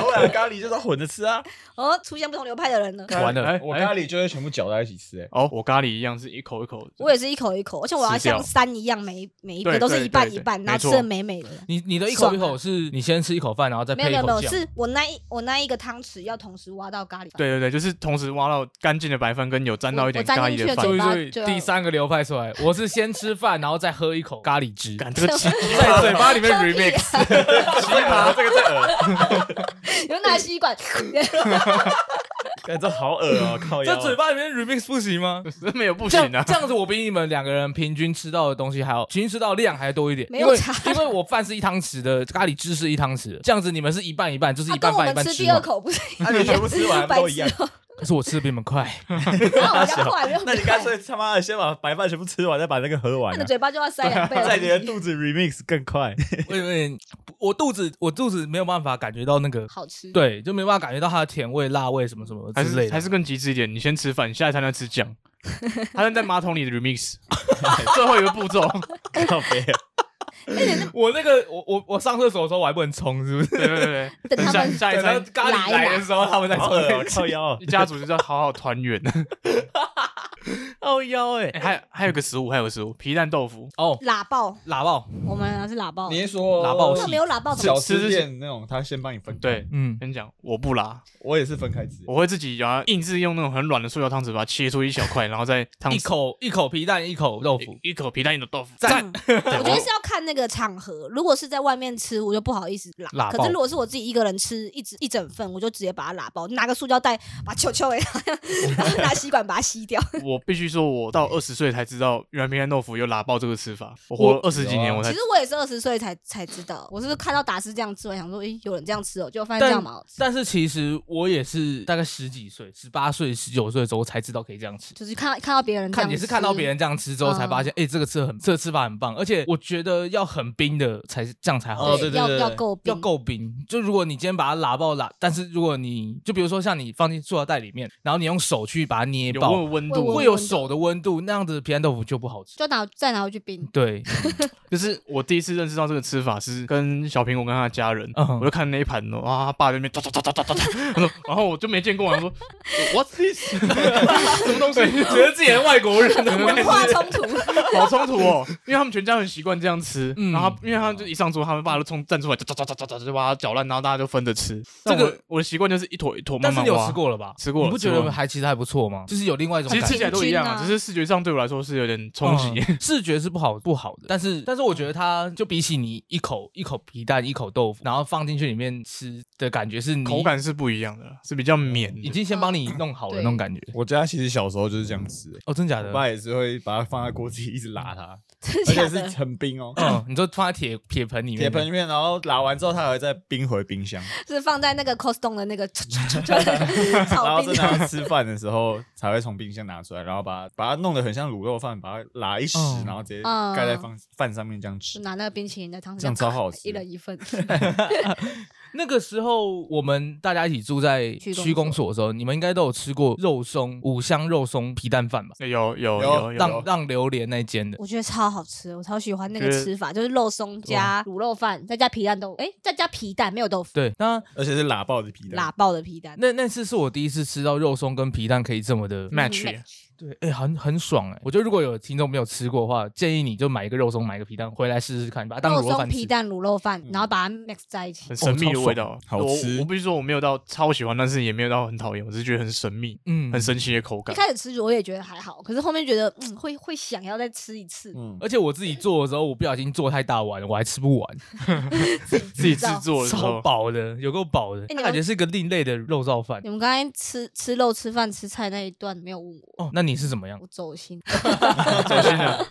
[SPEAKER 3] 后来啊咖喱就是要混着吃 <laughs> 啊，
[SPEAKER 2] 哦，出现不同流派的人了。
[SPEAKER 1] 完了
[SPEAKER 4] 哎
[SPEAKER 3] 我咖喱就会全部搅在一起吃，哎，
[SPEAKER 4] 哦，我咖喱一样是一口一口的。
[SPEAKER 2] 我也是一口一口，而且我要
[SPEAKER 4] 吃掉
[SPEAKER 2] 像山一样，每一每一个
[SPEAKER 4] 对
[SPEAKER 2] 都是
[SPEAKER 4] 对
[SPEAKER 2] 一半
[SPEAKER 4] 对
[SPEAKER 2] 一
[SPEAKER 4] 对
[SPEAKER 2] 半，
[SPEAKER 4] 没
[SPEAKER 2] 然后
[SPEAKER 4] 错
[SPEAKER 2] 吃的美美的。
[SPEAKER 1] 你你的一
[SPEAKER 2] 爽
[SPEAKER 1] 口
[SPEAKER 2] 啊
[SPEAKER 1] 一口是你先吃一口饭，然后再
[SPEAKER 2] 没有
[SPEAKER 1] 配
[SPEAKER 2] 没
[SPEAKER 1] 一
[SPEAKER 2] 有没
[SPEAKER 1] 口
[SPEAKER 2] 有，
[SPEAKER 1] 酱。
[SPEAKER 2] 是我那一我那一个汤匙要同时挖到咖喱饭。
[SPEAKER 4] 对对对，就是同时挖到干净的白饭跟有沾到一点
[SPEAKER 2] 我我沾
[SPEAKER 4] 咖
[SPEAKER 2] 进
[SPEAKER 4] 喱
[SPEAKER 2] 去
[SPEAKER 4] 的
[SPEAKER 2] 的
[SPEAKER 4] 饭
[SPEAKER 1] 所
[SPEAKER 2] 嘴。
[SPEAKER 1] 以
[SPEAKER 2] 巴
[SPEAKER 1] 所以
[SPEAKER 2] 就
[SPEAKER 1] 第三个流派出来，我是先吃饭，然后再喝一口咖喱汁，
[SPEAKER 4] 干这个奇
[SPEAKER 1] 在嘴巴里
[SPEAKER 2] <laughs>
[SPEAKER 1] 面
[SPEAKER 2] 啊
[SPEAKER 1] remix。
[SPEAKER 2] remix，
[SPEAKER 3] 奇葩，这个在耳，
[SPEAKER 2] <laughs> 有拿
[SPEAKER 1] <laughs>
[SPEAKER 2] 吸管，
[SPEAKER 3] 感这好耳哦， <laughs>
[SPEAKER 1] <laughs>
[SPEAKER 3] 靠腰
[SPEAKER 1] 在嘴巴里面 remix 不啊行 <laughs> 吗？
[SPEAKER 4] 真没有不
[SPEAKER 1] 这
[SPEAKER 4] 行
[SPEAKER 1] 样
[SPEAKER 4] 啊！
[SPEAKER 1] 这样子，我比你们两个人平均吃到的东西还要平均吃到量还多一点，
[SPEAKER 2] 没
[SPEAKER 1] 因
[SPEAKER 2] 有
[SPEAKER 1] 为
[SPEAKER 2] 差
[SPEAKER 1] 因为我饭是一汤匙的，咖喱汁是一汤匙的，这样子你们是一半一半，就是
[SPEAKER 2] 他
[SPEAKER 1] 一
[SPEAKER 2] 啊跟 <laughs>
[SPEAKER 1] 半
[SPEAKER 2] 我
[SPEAKER 1] 饭一
[SPEAKER 2] 们
[SPEAKER 1] 半
[SPEAKER 2] 吃
[SPEAKER 1] 吃
[SPEAKER 2] 第二
[SPEAKER 1] 嘛。
[SPEAKER 2] 口不是
[SPEAKER 3] 啊，你全部吃
[SPEAKER 2] <laughs>
[SPEAKER 3] 完
[SPEAKER 2] 白
[SPEAKER 3] 都一
[SPEAKER 2] 痴
[SPEAKER 3] 样，
[SPEAKER 2] 哦，
[SPEAKER 1] 可是我吃的比你们快， <laughs>
[SPEAKER 2] 那我比较快，没有
[SPEAKER 3] 那你干脆他妈的先把白饭全部吃完，再把那个喝完
[SPEAKER 2] 那你
[SPEAKER 3] 啊，
[SPEAKER 2] 嘴巴就要塞两倍了。
[SPEAKER 3] <laughs> 在你的肚子 remix
[SPEAKER 2] <laughs>
[SPEAKER 3] 更快。
[SPEAKER 1] 我有点我肚子我肚子没有办法感觉到那个，
[SPEAKER 2] 好吃，
[SPEAKER 1] <laughs> 对，就没办法感觉到它的甜味、辣味什么什么
[SPEAKER 4] 还
[SPEAKER 1] 之类
[SPEAKER 4] 是
[SPEAKER 1] 的。
[SPEAKER 4] 还是更极致一点，你先吃饭，你下一餐再吃酱。他正在马桶里的 remix，最后一个步骤。
[SPEAKER 3] 靠啊别，
[SPEAKER 1] 我那个我我我上厕所的时候我还不能冲，是不 <laughs> 是？
[SPEAKER 4] 对对对对，
[SPEAKER 2] 等他
[SPEAKER 4] 下
[SPEAKER 2] 们
[SPEAKER 4] 下一
[SPEAKER 1] 等到
[SPEAKER 4] 餐
[SPEAKER 1] 咖喱
[SPEAKER 2] 来
[SPEAKER 1] 来的时候，他们再
[SPEAKER 3] 好
[SPEAKER 1] 冲
[SPEAKER 3] 耳
[SPEAKER 1] 那
[SPEAKER 3] 哦
[SPEAKER 1] 一，次。
[SPEAKER 3] 靠腰 <laughs> 哦
[SPEAKER 4] 一，家族就是要好好团圆。
[SPEAKER 1] 哦腰哎
[SPEAKER 3] 欸
[SPEAKER 4] 哎，还有还有个食物，还有个食物，皮蛋豆腐。
[SPEAKER 1] 哦，
[SPEAKER 2] 喇叭，
[SPEAKER 1] 喇叭，
[SPEAKER 2] 我们啊是喇叭，
[SPEAKER 3] 是说
[SPEAKER 1] 喇叭
[SPEAKER 2] 那
[SPEAKER 1] 系
[SPEAKER 2] 没有喇叭怎么
[SPEAKER 3] 小
[SPEAKER 2] 吃？
[SPEAKER 3] 吃店那种，他先帮你分开，
[SPEAKER 4] 对，
[SPEAKER 1] 嗯，
[SPEAKER 4] 跟你讲，我不拉，
[SPEAKER 3] 我也是分开吃，
[SPEAKER 4] 我会自己然后硬是用那种很软的塑胶汤匙把它切出一小块，然后再汤匙
[SPEAKER 1] 一口一口皮蛋，一口肉脯，
[SPEAKER 4] 一口皮蛋一口豆腐。
[SPEAKER 1] 赞
[SPEAKER 2] 嗯
[SPEAKER 4] 对
[SPEAKER 2] 我觉得是要看那个场合，如果是在外面吃，我就不好意思拉。
[SPEAKER 1] 拉爆
[SPEAKER 2] 可是如果是我自己一个人吃一只一整份，我就直接把它拉爆，拿个塑胶袋把球球也拿吸管把它吸掉。
[SPEAKER 4] 我必须说，我到二十岁才知道，原来皮蛋豆腐有喇爆这个吃法。我活了二十几年，
[SPEAKER 3] 有啊
[SPEAKER 4] 我才
[SPEAKER 2] 其实我也是二十岁才才知道，我是看到达斯这样吃，我想说，诶，有人这样吃哦，结果发现这样
[SPEAKER 1] 但
[SPEAKER 2] 蛮好吃。
[SPEAKER 1] 但是其实我也是大概十几岁，十八岁、十九岁的时候才知道可以这样吃。
[SPEAKER 2] 就是看看到别人这
[SPEAKER 1] 看
[SPEAKER 2] 样吃，
[SPEAKER 1] 也是看到别人这样吃之后才发现，哎、这个吃很这个吃法很棒，而且我觉得要很冰的才是这样才好吃，
[SPEAKER 3] 哦对对
[SPEAKER 2] 要
[SPEAKER 3] 对
[SPEAKER 2] 要够
[SPEAKER 1] 要
[SPEAKER 2] 冰
[SPEAKER 1] 够冰。就如果你今天把它拉爆拉，但是如果你就比如说像你放进塑料袋里面，然后你用手去把它捏
[SPEAKER 4] 有
[SPEAKER 1] 爆，
[SPEAKER 4] 问温
[SPEAKER 2] 问
[SPEAKER 4] 度。
[SPEAKER 1] 会有手的温度，那样子的皮蛋豆腐就不好吃。
[SPEAKER 2] 就拿再拿回去
[SPEAKER 1] <laughs>
[SPEAKER 2] 冰。
[SPEAKER 1] 对，
[SPEAKER 4] 就是我第一次认识到这个吃法是跟小苹果跟他的家人，
[SPEAKER 1] 嗯
[SPEAKER 4] 我就看那一盘哦，啊，他爸在那边抓抓抓抓抓抓抓，然后我就没见过，啊我说 What's
[SPEAKER 1] <laughs>
[SPEAKER 4] this？什么东 <laughs> 西？
[SPEAKER 1] 觉得自己是外国人
[SPEAKER 4] <laughs>
[SPEAKER 1] 的
[SPEAKER 2] 文化冲突， <laughs>
[SPEAKER 4] 好冲突哦，因为他们全家很习惯这样吃，
[SPEAKER 1] 嗯
[SPEAKER 4] 然后他因为他就一上桌，他们爸就冲站出来，抓抓抓抓抓抓就把它搅烂，然后大家就分着吃。
[SPEAKER 1] 这
[SPEAKER 4] 但
[SPEAKER 1] 个
[SPEAKER 4] 我我的习惯就是一坨一坨慢
[SPEAKER 1] 但是
[SPEAKER 4] 慢
[SPEAKER 1] 你有
[SPEAKER 4] 挖
[SPEAKER 1] 吃。过了吧？
[SPEAKER 4] 吃过了
[SPEAKER 1] 你不觉
[SPEAKER 4] 吃过
[SPEAKER 1] 得
[SPEAKER 4] 了
[SPEAKER 1] 还其实还不错吗？就是有另外一种
[SPEAKER 4] 其
[SPEAKER 1] 感
[SPEAKER 4] 实
[SPEAKER 1] 觉，
[SPEAKER 4] 吃起来都一样啊，
[SPEAKER 2] 平均啊
[SPEAKER 4] 只是视觉上对我来说是有点冲击。
[SPEAKER 1] 嗯 <laughs> 视觉是不好不好的，嗯但是但是我觉得它就比起你一口一口皮蛋一口豆腐，然后放进去里面吃的感觉是你嗯
[SPEAKER 4] 口感是不一样的，是比较绵的。
[SPEAKER 1] 已经先帮你弄好的
[SPEAKER 2] 嗯对
[SPEAKER 1] 那种感觉。
[SPEAKER 3] 我家其实小时候就是这样吃，欸
[SPEAKER 1] 哦，真假
[SPEAKER 3] 我
[SPEAKER 1] 的？
[SPEAKER 3] 爸也是会把它放在锅子里一直拉它，
[SPEAKER 2] 真假
[SPEAKER 3] 而且是
[SPEAKER 2] 的？
[SPEAKER 3] 成冰哦，
[SPEAKER 1] 嗯，你就放在铁铁盆里面，
[SPEAKER 3] 铁盆里面，然后拉完之后它还会再冰回冰箱，
[SPEAKER 2] 是放在那个 Costco 的那个炒
[SPEAKER 3] 然后
[SPEAKER 2] 冰
[SPEAKER 3] 真
[SPEAKER 2] 的
[SPEAKER 3] 的要吃饭的时候才会从冰箱拿出来，然后把它把它弄得很像卤肉饭，把它拉一匙，
[SPEAKER 1] 嗯
[SPEAKER 3] 然后直接
[SPEAKER 2] 嗯
[SPEAKER 3] 盖在饭饭上面这样吃
[SPEAKER 2] 就，拿那个冰淇淋在汤匙
[SPEAKER 3] 这样超好吃
[SPEAKER 2] 一人一份。
[SPEAKER 1] 那个时候我们大家一起住在
[SPEAKER 2] 区公所
[SPEAKER 1] 区公所的时候，你们应该都有吃过肉松五香肉松皮蛋饭吧？
[SPEAKER 4] 有有
[SPEAKER 3] 有
[SPEAKER 4] 有
[SPEAKER 1] 让
[SPEAKER 4] 有，
[SPEAKER 1] 让榴莲那间的，
[SPEAKER 2] 我觉得超好吃，我超喜欢那
[SPEAKER 4] 觉
[SPEAKER 2] 个
[SPEAKER 4] 得
[SPEAKER 2] 吃法，就是肉松加卤肉饭，再加皮蛋豆腐，哎、再加皮蛋没有豆腐，
[SPEAKER 1] 对，那
[SPEAKER 3] 而且是拉爆的皮
[SPEAKER 2] 喇
[SPEAKER 3] 蛋，
[SPEAKER 2] 爆的皮蛋
[SPEAKER 1] 那那次是我第一次吃到肉松跟皮蛋可以这么的
[SPEAKER 4] match 耶
[SPEAKER 1] 对，哎、很很爽哎、我觉得如果有听众没有吃过的话，建议你就买一个肉松，买一个皮蛋回来试试看，把它当
[SPEAKER 2] 肉
[SPEAKER 1] 卤肉
[SPEAKER 2] 松
[SPEAKER 1] 饭
[SPEAKER 2] 皮
[SPEAKER 1] 吃。
[SPEAKER 2] 蛋卤肉饭，然后把它 mix 在一起
[SPEAKER 1] 哦
[SPEAKER 4] 很。神秘的味道，
[SPEAKER 3] 超爽好吃
[SPEAKER 4] 我我必须说我没有到超喜欢，但是也没有到很讨厌，我只是觉得很神秘、
[SPEAKER 1] 嗯
[SPEAKER 4] 很神奇的口感
[SPEAKER 2] 一。开始吃我也觉得还好，可是后面觉得嗯会会想要再吃一次，
[SPEAKER 3] 嗯，
[SPEAKER 1] 而且我自己做的时候，我不小心做太大碗，我还吃不完，
[SPEAKER 4] 自己
[SPEAKER 2] 知
[SPEAKER 4] 制
[SPEAKER 2] 道
[SPEAKER 4] 作的时
[SPEAKER 1] 超
[SPEAKER 4] 候，
[SPEAKER 1] 饱的，有够饱的，
[SPEAKER 2] 哎你
[SPEAKER 1] 那感觉是一个另类的肉燥饭
[SPEAKER 2] 你。们刚才吃吃肉、吃饭、吃菜那一段没有问我，
[SPEAKER 1] 哦，那你是怎么样？
[SPEAKER 2] 我走心。
[SPEAKER 4] <laughs> 走心了。
[SPEAKER 2] <laughs>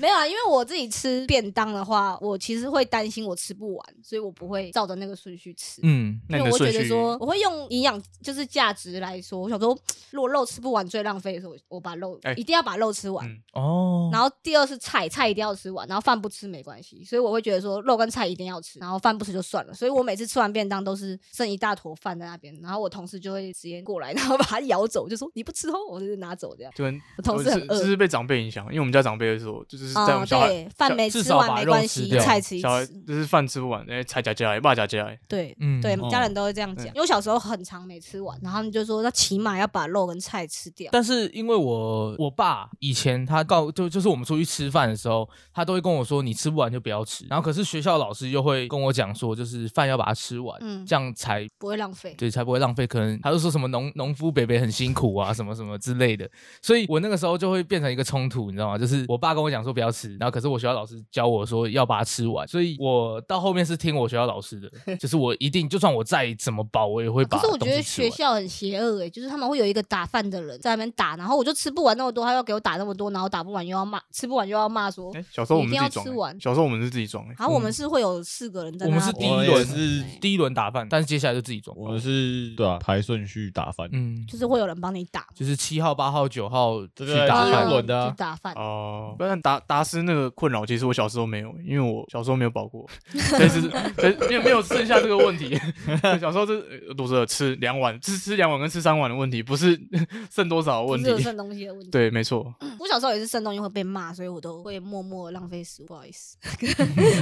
[SPEAKER 2] 没有啊，因为我自己吃便当的话，我其实会担心我吃不完，所以我不会照着那个顺序吃。
[SPEAKER 1] 嗯，
[SPEAKER 4] 那
[SPEAKER 2] 因
[SPEAKER 4] 你
[SPEAKER 2] 为
[SPEAKER 4] 的
[SPEAKER 2] 我
[SPEAKER 4] 顺
[SPEAKER 2] 觉得
[SPEAKER 4] 序
[SPEAKER 2] 说，我会用营养就是价值来说，我想说，如果肉吃不完最浪费的时候，我把肉、
[SPEAKER 4] 哎
[SPEAKER 2] 一定要把肉吃完。
[SPEAKER 4] 嗯
[SPEAKER 1] 哦，
[SPEAKER 2] 然后第二是菜，菜一定要吃完，然后饭不吃没关系，所以我会觉得说肉跟菜一定要吃，然后饭不吃就算了。所以我每次吃完便当都是剩一大坨饭在那边，然后我同事就会直接过来，然后把它舀走，就说你不吃哦，我就拿走这样。
[SPEAKER 4] 就跟
[SPEAKER 2] 我同
[SPEAKER 4] 我
[SPEAKER 2] 事很
[SPEAKER 4] 哦是
[SPEAKER 2] 饿
[SPEAKER 4] 就是被长辈影响，因为我们家长辈的时候，就是在我
[SPEAKER 2] 哦，
[SPEAKER 4] 们小孩、
[SPEAKER 2] 对，饭没
[SPEAKER 1] 至
[SPEAKER 2] 吃
[SPEAKER 1] 少
[SPEAKER 2] 完
[SPEAKER 1] 把
[SPEAKER 2] 没
[SPEAKER 1] 肉
[SPEAKER 2] 关
[SPEAKER 1] 吃
[SPEAKER 2] 系，
[SPEAKER 1] 掉
[SPEAKER 2] 菜吃一
[SPEAKER 4] 小孩
[SPEAKER 2] 吃。
[SPEAKER 4] 就是饭吃不完，哎、菜夹夹来，爸夹夹来，
[SPEAKER 2] 对，
[SPEAKER 1] 嗯
[SPEAKER 2] 对，
[SPEAKER 3] 哦
[SPEAKER 2] 家人都会这样讲。
[SPEAKER 4] 嗯
[SPEAKER 2] 因为我小时候很常没吃完，然后他们就说，那起码要把肉跟菜吃掉。
[SPEAKER 1] 但是因为我我爸以前他告就就是我们出去吃饭的时候，他都会跟我说你吃不完就不要吃。然后可是学校老师又会跟我讲说，就是饭要把它吃完，
[SPEAKER 2] 嗯
[SPEAKER 1] 这样才
[SPEAKER 2] 不会浪费。
[SPEAKER 1] 对才不会浪费。可能他就说什么农农夫伯伯很辛苦啊，什么什么之类的。所以我那个时候就会变成一个冲突，你知道吗？就是我爸跟我讲说不要吃，然后可是我学校老师教我说要把它吃完，所以我到后面是听我学校老师
[SPEAKER 2] <laughs>
[SPEAKER 1] 的，就是我一定就算我再怎么饱，我也会把
[SPEAKER 2] 啊可
[SPEAKER 1] 东
[SPEAKER 2] 是
[SPEAKER 1] 西吃完。
[SPEAKER 2] 我觉得学校很邪恶诶、就是他们会有一个打饭的人在那边打，然后我就吃不完那么多，他要给我打那么多，然后打不完又要骂，吃不完又要骂说。
[SPEAKER 4] 哎、小时候我
[SPEAKER 2] 你
[SPEAKER 4] 们
[SPEAKER 2] 一定
[SPEAKER 4] 自
[SPEAKER 2] 要
[SPEAKER 4] 己装、
[SPEAKER 2] 吃
[SPEAKER 4] 哎
[SPEAKER 2] 完
[SPEAKER 4] 小时候我们是自己装、哎
[SPEAKER 2] 然后我
[SPEAKER 1] 嗯
[SPEAKER 2] 们是会有四个人在
[SPEAKER 1] 我
[SPEAKER 2] 那
[SPEAKER 1] 们
[SPEAKER 2] 边
[SPEAKER 1] 是第
[SPEAKER 2] 打，
[SPEAKER 1] 一
[SPEAKER 3] 我也
[SPEAKER 1] 轮
[SPEAKER 3] 是，
[SPEAKER 1] 第一轮打饭，但是接下来就自己装。
[SPEAKER 3] 我是对啊，排顺序打饭，
[SPEAKER 1] 嗯，
[SPEAKER 2] 就是会有人帮你打，
[SPEAKER 1] 就是七号、八号、九号去
[SPEAKER 3] 这个
[SPEAKER 1] 打
[SPEAKER 3] 第一
[SPEAKER 1] 饭。
[SPEAKER 3] 轮的啊
[SPEAKER 2] 就打饭。
[SPEAKER 4] 哦，不然达达斯那个困扰，其实我小时候没有，因为我小时候没有饱过， <laughs> 但是但是没有没有剩下这个问题。 <laughs> 小时候就是肚子饿吃两碗，吃吃两碗跟吃三碗的问题，不是 <laughs> 剩多少的
[SPEAKER 2] 不
[SPEAKER 4] 问
[SPEAKER 2] 是有
[SPEAKER 4] 题。
[SPEAKER 2] 剩东西的问题。
[SPEAKER 4] 对，没错，
[SPEAKER 2] 我小时候也是剩东西会被骂，所以我都会默默地浪费食物。不好意思， <laughs>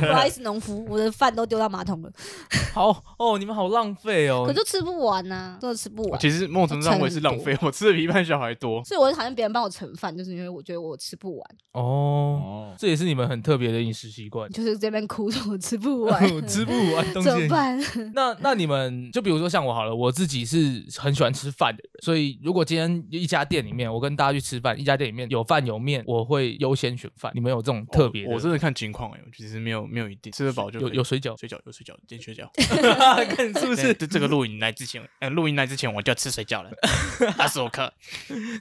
[SPEAKER 2] 不好意思，农夫，我的饭都丢到马桶了，
[SPEAKER 1] 好哦，你们好浪费哦
[SPEAKER 2] 可。就吃不完呐、真的吃不
[SPEAKER 3] 哦
[SPEAKER 2] 完。
[SPEAKER 4] 其实某种程度上我也是浪费，我吃的比一般小孩多。
[SPEAKER 2] 所以我很讨厌别人帮我盛饭，就是因为我觉得我吃不完，。
[SPEAKER 1] 哦，
[SPEAKER 3] 哦，
[SPEAKER 1] 这也是你们很特别的饮食习惯
[SPEAKER 2] 就是这边哭说我吃不完，
[SPEAKER 1] <laughs>
[SPEAKER 3] 嗯
[SPEAKER 1] 我吃不完东
[SPEAKER 2] 怎么
[SPEAKER 1] 西。
[SPEAKER 3] <laughs>
[SPEAKER 2] 办？ <laughs>
[SPEAKER 1] 那那你们就比如说像我好了，我自己是很喜欢吃饭的人，所以如果今天一家店里面我跟大家去吃饭，一家店里面有饭有面，我会优先选饭。你们有这种特别的？
[SPEAKER 4] 哦我我真的看情况哎、我其实没有没有一定吃得饱就
[SPEAKER 1] 有
[SPEAKER 4] 可以
[SPEAKER 1] 有水饺， <laughs>
[SPEAKER 4] 水饺有水饺，点水
[SPEAKER 2] <laughs>
[SPEAKER 4] 饺。
[SPEAKER 1] 看是不
[SPEAKER 4] 是
[SPEAKER 1] 是？
[SPEAKER 4] 这这个录影来之前，呃，录音来之前我就要吃水
[SPEAKER 1] <laughs>
[SPEAKER 4] 饺了，二十五克。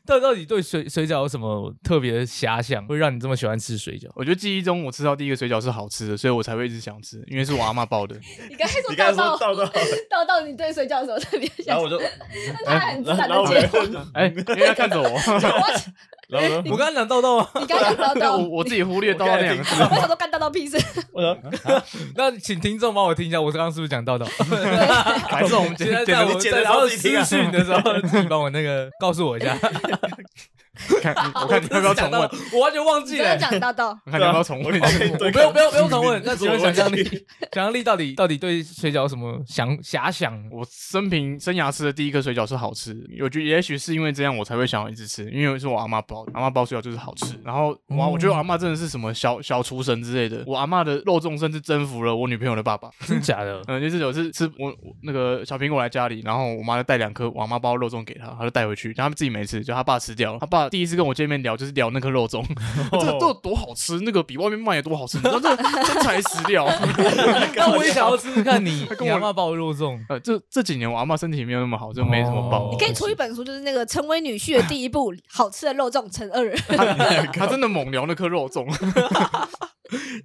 [SPEAKER 1] 到到底对水水饺有什么特别的遐想，会让你这么喜欢吃水饺？
[SPEAKER 4] 我觉得记忆中我吃到第一个水饺是好吃的，所以我才会一直想吃，因为是我阿妈包 <laughs> 的。
[SPEAKER 2] 你刚才说
[SPEAKER 3] 你刚才
[SPEAKER 2] 到
[SPEAKER 3] 说
[SPEAKER 2] 到
[SPEAKER 3] 到到，
[SPEAKER 2] 到到你对睡觉的时候特别
[SPEAKER 3] 然
[SPEAKER 2] 想
[SPEAKER 3] 后，我就，
[SPEAKER 2] 他很自然
[SPEAKER 3] 然后然后
[SPEAKER 2] 的
[SPEAKER 3] 我
[SPEAKER 2] 接，
[SPEAKER 3] 就
[SPEAKER 4] 哎、
[SPEAKER 2] 嗯
[SPEAKER 4] 因为他看着我， <laughs>
[SPEAKER 3] 然后我就
[SPEAKER 1] 我刚刚讲豆豆吗？ <laughs>
[SPEAKER 2] 你刚才到
[SPEAKER 4] 但
[SPEAKER 3] <laughs>
[SPEAKER 4] <laughs>
[SPEAKER 2] 到，
[SPEAKER 4] 我
[SPEAKER 2] 我
[SPEAKER 4] 我自己忽略到那两个字。
[SPEAKER 2] 想说干到到屁事，
[SPEAKER 3] 我说
[SPEAKER 1] 那请听众帮我听一下，我刚刚是不是讲到的？
[SPEAKER 4] 还是我
[SPEAKER 1] <laughs>
[SPEAKER 4] 们今
[SPEAKER 1] 现在
[SPEAKER 4] 天点
[SPEAKER 1] 在
[SPEAKER 4] 的
[SPEAKER 1] 我在
[SPEAKER 3] 剪得
[SPEAKER 1] 然后
[SPEAKER 3] 自
[SPEAKER 1] 私
[SPEAKER 3] 己听啊
[SPEAKER 1] 讯的时候，自己帮我那个告诉我一下。
[SPEAKER 4] 看，我看你 <laughs> 要不要重问？
[SPEAKER 1] 我完全忘
[SPEAKER 2] 你
[SPEAKER 1] 记
[SPEAKER 2] 刚才
[SPEAKER 1] 了。
[SPEAKER 2] 讲到
[SPEAKER 3] 哦
[SPEAKER 2] 到，
[SPEAKER 4] 我看你要不要重问？
[SPEAKER 1] 我
[SPEAKER 3] 对
[SPEAKER 1] 不用不用不用重问。那请问
[SPEAKER 3] 我
[SPEAKER 1] 想象力，想象力到底到底对水饺有什么想遐想？
[SPEAKER 4] 我生平生涯吃的第一颗水饺是好吃的，我觉得也许是因为这样，我才会想要一直吃，因为是我阿妈包的，阿妈包水饺就是好吃。然后哇，
[SPEAKER 1] 嗯
[SPEAKER 4] 我觉得我阿妈真的是什么小小厨神之类的，我阿妈的肉粽甚至征服了我女朋友的爸爸。
[SPEAKER 1] 真假的？
[SPEAKER 4] 嗯，就是有次吃我我那个小苹果来家里，然后我妈就带两颗，我妈包肉粽给她，她就带回去，然后她自己没吃，就她爸吃掉了。她爸第一次跟我见面聊，就是聊那颗肉粽， <laughs> 这
[SPEAKER 3] 哦。
[SPEAKER 4] 个都有多好吃，那个比外面卖的多好吃，你知道这个真材实料。
[SPEAKER 1] <laughs> 那我也想要吃吃看你
[SPEAKER 4] 跟我
[SPEAKER 1] 你阿妈包的肉粽。
[SPEAKER 4] <laughs> 呃，这这几年我阿妈身体没有那么好，就没什么包。
[SPEAKER 1] 哦
[SPEAKER 2] 你可以出一本书，就是那个成为女婿的第一步，好吃的肉粽乘二。
[SPEAKER 4] 她真的猛聊那颗肉粽，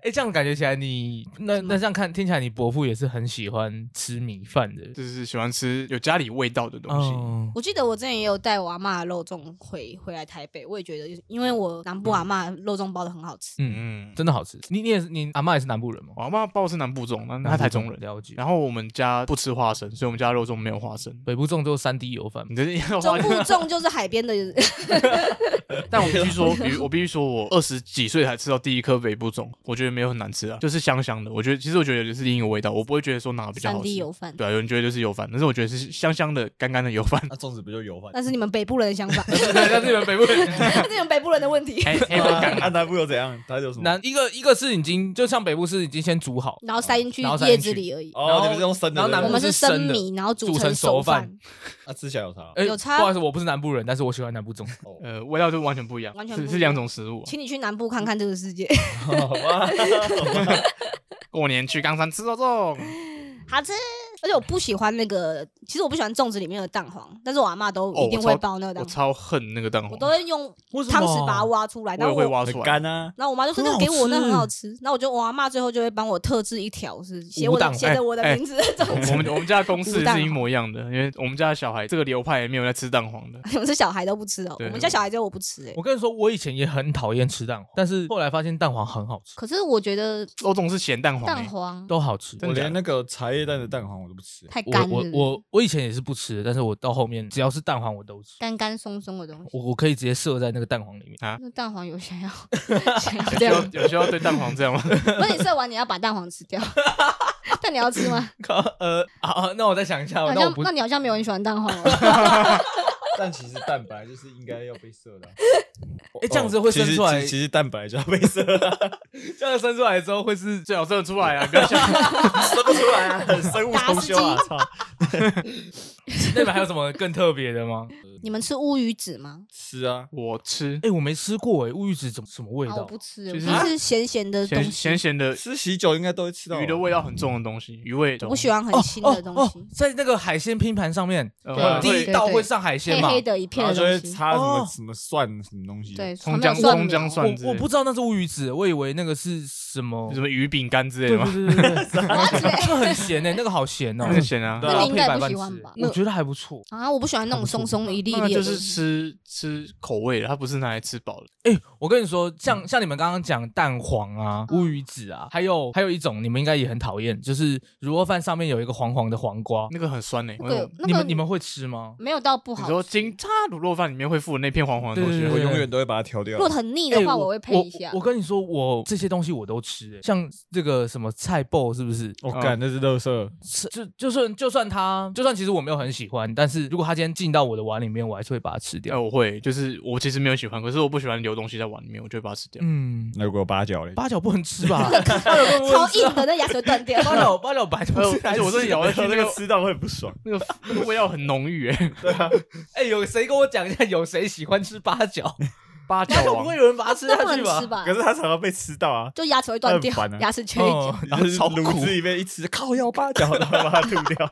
[SPEAKER 1] 哎，这样感觉起来你那
[SPEAKER 2] 什么
[SPEAKER 1] 那这样看听起来你伯父也是很喜欢吃米饭的
[SPEAKER 4] 就是喜欢吃有家里味道的东西。
[SPEAKER 1] 哦。
[SPEAKER 2] 我记得我之前也有带我阿妈的肉粽回回来台北，我也觉得，因为我南部阿妈肉粽包的很好
[SPEAKER 4] <laughs>
[SPEAKER 2] 吃，
[SPEAKER 1] 嗯，
[SPEAKER 4] 嗯，
[SPEAKER 1] 真的好吃。你你也是你阿妈也是南部人吗？
[SPEAKER 4] 我阿妈包的是南部粽，那她台中人。
[SPEAKER 1] 了解。
[SPEAKER 4] 然后我们家不吃花生，所以我们家肉粽没有花生。 <laughs>
[SPEAKER 1] 北部粽就三滴油饭
[SPEAKER 4] 你这要花
[SPEAKER 2] 中部粽就是海边的，
[SPEAKER 4] 但我必
[SPEAKER 2] <laughs>
[SPEAKER 4] 须说，比如我必须说，我二十几岁才吃到第一颗北部粽，我觉得没有很难吃啊，就是香香的。我觉得其实我觉得就是另一个味道，我不会觉得说哪 <laughs> 个比较
[SPEAKER 2] 三
[SPEAKER 4] 好
[SPEAKER 2] D
[SPEAKER 4] 吃。
[SPEAKER 2] 油饭，
[SPEAKER 4] 对啊，有人觉得就是油饭，但是我觉得是香香的、干干的油饭
[SPEAKER 3] 那粽子不就
[SPEAKER 1] <laughs>
[SPEAKER 3] 油饭？
[SPEAKER 2] 那是你们北部人的想法， <laughs>
[SPEAKER 1] 那是你们北部人。
[SPEAKER 2] 那是你们北部人的问题。
[SPEAKER 4] 哎哎，
[SPEAKER 3] 啊那南部又怎样？它有什么？
[SPEAKER 1] 南一个一个是已经就像北部是已经先煮好，
[SPEAKER 2] 然后塞进
[SPEAKER 4] 哦
[SPEAKER 2] 去
[SPEAKER 1] 然后塞
[SPEAKER 2] 叶
[SPEAKER 1] 进
[SPEAKER 2] 子
[SPEAKER 1] 去
[SPEAKER 2] 里而已。
[SPEAKER 1] 然
[SPEAKER 3] 哦，
[SPEAKER 1] 后
[SPEAKER 3] 你们是用生的，
[SPEAKER 1] 然后南
[SPEAKER 2] 我
[SPEAKER 1] 部
[SPEAKER 2] 们
[SPEAKER 1] 是
[SPEAKER 2] 是
[SPEAKER 1] 生的
[SPEAKER 2] 生米，然后
[SPEAKER 1] 煮
[SPEAKER 2] 煮
[SPEAKER 1] 成熟
[SPEAKER 2] 熟
[SPEAKER 1] 饭
[SPEAKER 2] 饭，
[SPEAKER 3] 啊，吃起来有差。
[SPEAKER 1] 哎
[SPEAKER 2] 有差
[SPEAKER 1] 不好意思，我不是南部人，但是我喜欢南部粽。
[SPEAKER 4] 呃，味道就完全不一样，
[SPEAKER 2] 完全不一
[SPEAKER 4] 是
[SPEAKER 2] 样
[SPEAKER 4] 是两种食物啊、
[SPEAKER 2] 请你去南部看看这个世界。
[SPEAKER 3] 哦哇
[SPEAKER 1] <laughs>
[SPEAKER 2] <laughs>
[SPEAKER 4] 过年去冈山吃肉粽，
[SPEAKER 2] 好吃。而且我不喜欢那个，其实我不喜欢粽子里面的蛋黄，但是我阿妈都
[SPEAKER 4] 哦
[SPEAKER 2] 一定
[SPEAKER 4] 我
[SPEAKER 2] 会
[SPEAKER 4] 超
[SPEAKER 2] 包那个蛋
[SPEAKER 4] 我
[SPEAKER 2] 黄，
[SPEAKER 4] 超恨那个蛋
[SPEAKER 2] 我
[SPEAKER 4] 黄，
[SPEAKER 2] 都会用
[SPEAKER 1] 为什么
[SPEAKER 2] 汤匙把它挖出来，
[SPEAKER 4] 我
[SPEAKER 2] 然
[SPEAKER 4] 也
[SPEAKER 2] 后
[SPEAKER 4] 会
[SPEAKER 2] 我。
[SPEAKER 4] 挖
[SPEAKER 3] 很
[SPEAKER 4] 出来。
[SPEAKER 3] 干啊，
[SPEAKER 2] 然后我妈就说：“
[SPEAKER 1] 很
[SPEAKER 2] 那
[SPEAKER 1] 好
[SPEAKER 2] 个给我，那
[SPEAKER 1] 吃
[SPEAKER 2] 很好吃。”那我就我阿妈最后就会帮我特制一条，是写我
[SPEAKER 1] 无蛋
[SPEAKER 2] 的写
[SPEAKER 1] 哎
[SPEAKER 2] 着我的
[SPEAKER 4] 哎
[SPEAKER 2] 名字的粽
[SPEAKER 4] 我
[SPEAKER 2] <laughs> 子。
[SPEAKER 4] 我们我们家的公式
[SPEAKER 2] 无蛋
[SPEAKER 4] 是
[SPEAKER 2] 黄
[SPEAKER 4] 一模一样的，因为我们家的小孩这个流派也没有在吃蛋黄的。
[SPEAKER 2] 我们是小孩都不吃哦，
[SPEAKER 4] 对
[SPEAKER 2] 我们家小孩只有我不吃哎
[SPEAKER 1] 我。跟你说，我以前也很讨厌吃蛋黄，但是后来发现蛋黄很好吃，
[SPEAKER 2] 可是我觉得
[SPEAKER 4] 肉粽是咸蛋黄、
[SPEAKER 2] 蛋
[SPEAKER 4] 欸，
[SPEAKER 2] 黄
[SPEAKER 1] 都好吃。
[SPEAKER 4] 真
[SPEAKER 3] 我
[SPEAKER 4] 的假的
[SPEAKER 3] 连那个茶叶蛋的蛋黄我都不吃。
[SPEAKER 2] 太
[SPEAKER 1] 我
[SPEAKER 2] 干
[SPEAKER 1] 我
[SPEAKER 2] 了，
[SPEAKER 1] 我我以前也是不吃的，但是我到后面只要是蛋黄我都吃，
[SPEAKER 2] 干干松松的东西。
[SPEAKER 1] 我我可以直接射在那个蛋黄里面。
[SPEAKER 2] 那蛋黄有想要想要
[SPEAKER 4] 有需 <laughs>
[SPEAKER 2] 这样
[SPEAKER 4] 要
[SPEAKER 2] 吗？
[SPEAKER 4] 有需要对蛋黄这样
[SPEAKER 2] <laughs>
[SPEAKER 4] 吗？
[SPEAKER 2] 不是你射完你要把蛋黄吃掉，但你要吃吗？
[SPEAKER 1] <laughs> 靠，呃，好，那我再想一下，
[SPEAKER 2] 好
[SPEAKER 1] 那我
[SPEAKER 2] 像
[SPEAKER 1] 不
[SPEAKER 2] 那你好像没有很喜欢蛋黄哦。
[SPEAKER 3] 但其实蛋白就是应该要被射的啊、
[SPEAKER 1] 哎这样子会生出来
[SPEAKER 3] 哦其实其实蛋白就要被射了、
[SPEAKER 1] <laughs> <laughs> 这样生出来之 <laughs> 后会是
[SPEAKER 4] 最好射出来啊！不要想，
[SPEAKER 3] 生不出来啊，生物重修啊！操，
[SPEAKER 1] 那边还有什么更特别的 <laughs> 吗？
[SPEAKER 2] 你们吃乌鱼子吗？
[SPEAKER 3] 吃啊，
[SPEAKER 4] 我吃
[SPEAKER 1] 哎、我没吃过哎、乌鱼子怎么什么味
[SPEAKER 2] 啊，我
[SPEAKER 1] 道？
[SPEAKER 2] 不吃，我
[SPEAKER 4] 就是
[SPEAKER 2] 就是咸咸的东
[SPEAKER 4] 咸咸
[SPEAKER 2] 西，
[SPEAKER 4] 咸的
[SPEAKER 3] 吃喜酒应该都会吃到
[SPEAKER 4] 鱼的味道很重的东西，鱼味
[SPEAKER 2] 我
[SPEAKER 4] 重。
[SPEAKER 2] 不喜欢很
[SPEAKER 1] 哦
[SPEAKER 2] 腥的东
[SPEAKER 1] 哦哦
[SPEAKER 2] 西，，
[SPEAKER 1] 在那个海鲜拼盘上面，
[SPEAKER 4] 呃会
[SPEAKER 2] 对
[SPEAKER 1] 第一
[SPEAKER 4] 会
[SPEAKER 2] 对
[SPEAKER 1] 道会上海鲜
[SPEAKER 2] 黑
[SPEAKER 1] 嘛？
[SPEAKER 2] 黑的一片
[SPEAKER 3] 然后
[SPEAKER 2] 的
[SPEAKER 3] 就会
[SPEAKER 2] 东西。
[SPEAKER 3] 插什么、
[SPEAKER 1] 哦
[SPEAKER 3] 什么蒜什么东西，啊
[SPEAKER 2] 对，
[SPEAKER 4] 葱
[SPEAKER 2] 旁
[SPEAKER 4] 姜
[SPEAKER 2] 边有蒜
[SPEAKER 4] 葱姜
[SPEAKER 2] 苗
[SPEAKER 4] 蒜之
[SPEAKER 1] 我我
[SPEAKER 4] 类
[SPEAKER 1] 不知道那是乌鱼子，我以为那个是什么
[SPEAKER 4] 什？么鱼饼干之类
[SPEAKER 1] 对
[SPEAKER 4] 的
[SPEAKER 1] 对
[SPEAKER 4] 吗？
[SPEAKER 1] 对对对，
[SPEAKER 2] <laughs>
[SPEAKER 1] 对 <laughs>
[SPEAKER 2] 啊
[SPEAKER 1] 那个很咸哎，那个好咸哦
[SPEAKER 4] 那。个咸啊，
[SPEAKER 3] 对
[SPEAKER 2] 那
[SPEAKER 3] 啊
[SPEAKER 2] 你应该
[SPEAKER 1] 配
[SPEAKER 2] 也
[SPEAKER 1] 白
[SPEAKER 2] 不
[SPEAKER 1] 饭
[SPEAKER 2] 喜
[SPEAKER 1] 吃
[SPEAKER 2] 欢吧？
[SPEAKER 1] 我觉得还不错。
[SPEAKER 2] 啊，我不喜欢那种松松的一粒一
[SPEAKER 4] 那
[SPEAKER 2] 粒的
[SPEAKER 4] 就
[SPEAKER 2] 东
[SPEAKER 4] 是
[SPEAKER 2] 西，
[SPEAKER 4] 吃吃口味的，它不是拿来吃饱的。
[SPEAKER 1] 哎，我跟你说，像像你们刚刚讲蛋黄啊、
[SPEAKER 2] 嗯
[SPEAKER 1] 乌鱼子啊，还有还有一种你们应该也很讨厌，就是卤肉饭上面有一个黄黄的黄瓜，
[SPEAKER 4] 那个很酸呢、欸。
[SPEAKER 2] 那
[SPEAKER 4] 我
[SPEAKER 2] 个那
[SPEAKER 1] 你
[SPEAKER 2] 个
[SPEAKER 1] 们你们会吃吗？
[SPEAKER 2] 没有到不
[SPEAKER 4] 你
[SPEAKER 2] 好
[SPEAKER 4] 说
[SPEAKER 2] 吃
[SPEAKER 4] 金叉卤肉饭里面会附的那片黄黄的东西，
[SPEAKER 1] 对对
[SPEAKER 3] 我
[SPEAKER 4] 会
[SPEAKER 1] 对
[SPEAKER 4] 用
[SPEAKER 3] 永远都会把它挑掉
[SPEAKER 2] 如。果很腻的
[SPEAKER 1] 哎
[SPEAKER 2] 话，我会配一下
[SPEAKER 1] 我。我跟你说，我这些东西我都吃、欸，像这个什么菜爆是不是？
[SPEAKER 3] 我哦干、那是垃圾，
[SPEAKER 1] 吃就就算就算它，就算其实我没有很喜欢，但是如果它今天进到我的碗里面，我还是会把它吃
[SPEAKER 4] 哎、
[SPEAKER 1] 掉。
[SPEAKER 4] 我会，就是我其实没有喜欢，可是我不喜欢留东西在碗里面，我就会把它吃掉。 <laughs>
[SPEAKER 1] 嗯，
[SPEAKER 3] 那如果八角嘞？
[SPEAKER 1] 八角不能吃吧？八角不能
[SPEAKER 2] 超
[SPEAKER 1] 吃
[SPEAKER 2] 硬的，那牙齿
[SPEAKER 1] <laughs>
[SPEAKER 2] 会断掉。
[SPEAKER 1] 八角八角白就
[SPEAKER 4] 哎呦而且
[SPEAKER 1] 不是来
[SPEAKER 4] 我真的咬下去，那个
[SPEAKER 3] 吃到会不爽。
[SPEAKER 4] 那个那个味道很浓郁、欸，
[SPEAKER 1] 哎、有谁跟我讲一下，有谁喜欢吃八
[SPEAKER 2] <laughs>
[SPEAKER 1] 角？
[SPEAKER 4] 八
[SPEAKER 1] 八
[SPEAKER 4] 角啊
[SPEAKER 1] 角不
[SPEAKER 4] 王
[SPEAKER 1] 会有人把它吃
[SPEAKER 2] 啊那不
[SPEAKER 1] 下
[SPEAKER 2] 能
[SPEAKER 1] 去
[SPEAKER 2] 吃
[SPEAKER 1] 吧？
[SPEAKER 2] 吧
[SPEAKER 3] 可？是它常常被吃到啊，
[SPEAKER 2] 就牙齿会断掉
[SPEAKER 3] 那很烦，啊
[SPEAKER 2] 牙齿缺一角
[SPEAKER 1] 哦。，然后
[SPEAKER 3] 就是
[SPEAKER 1] 超苦
[SPEAKER 3] 卤，汁里面一吃，靠要八角，然后把它吐掉，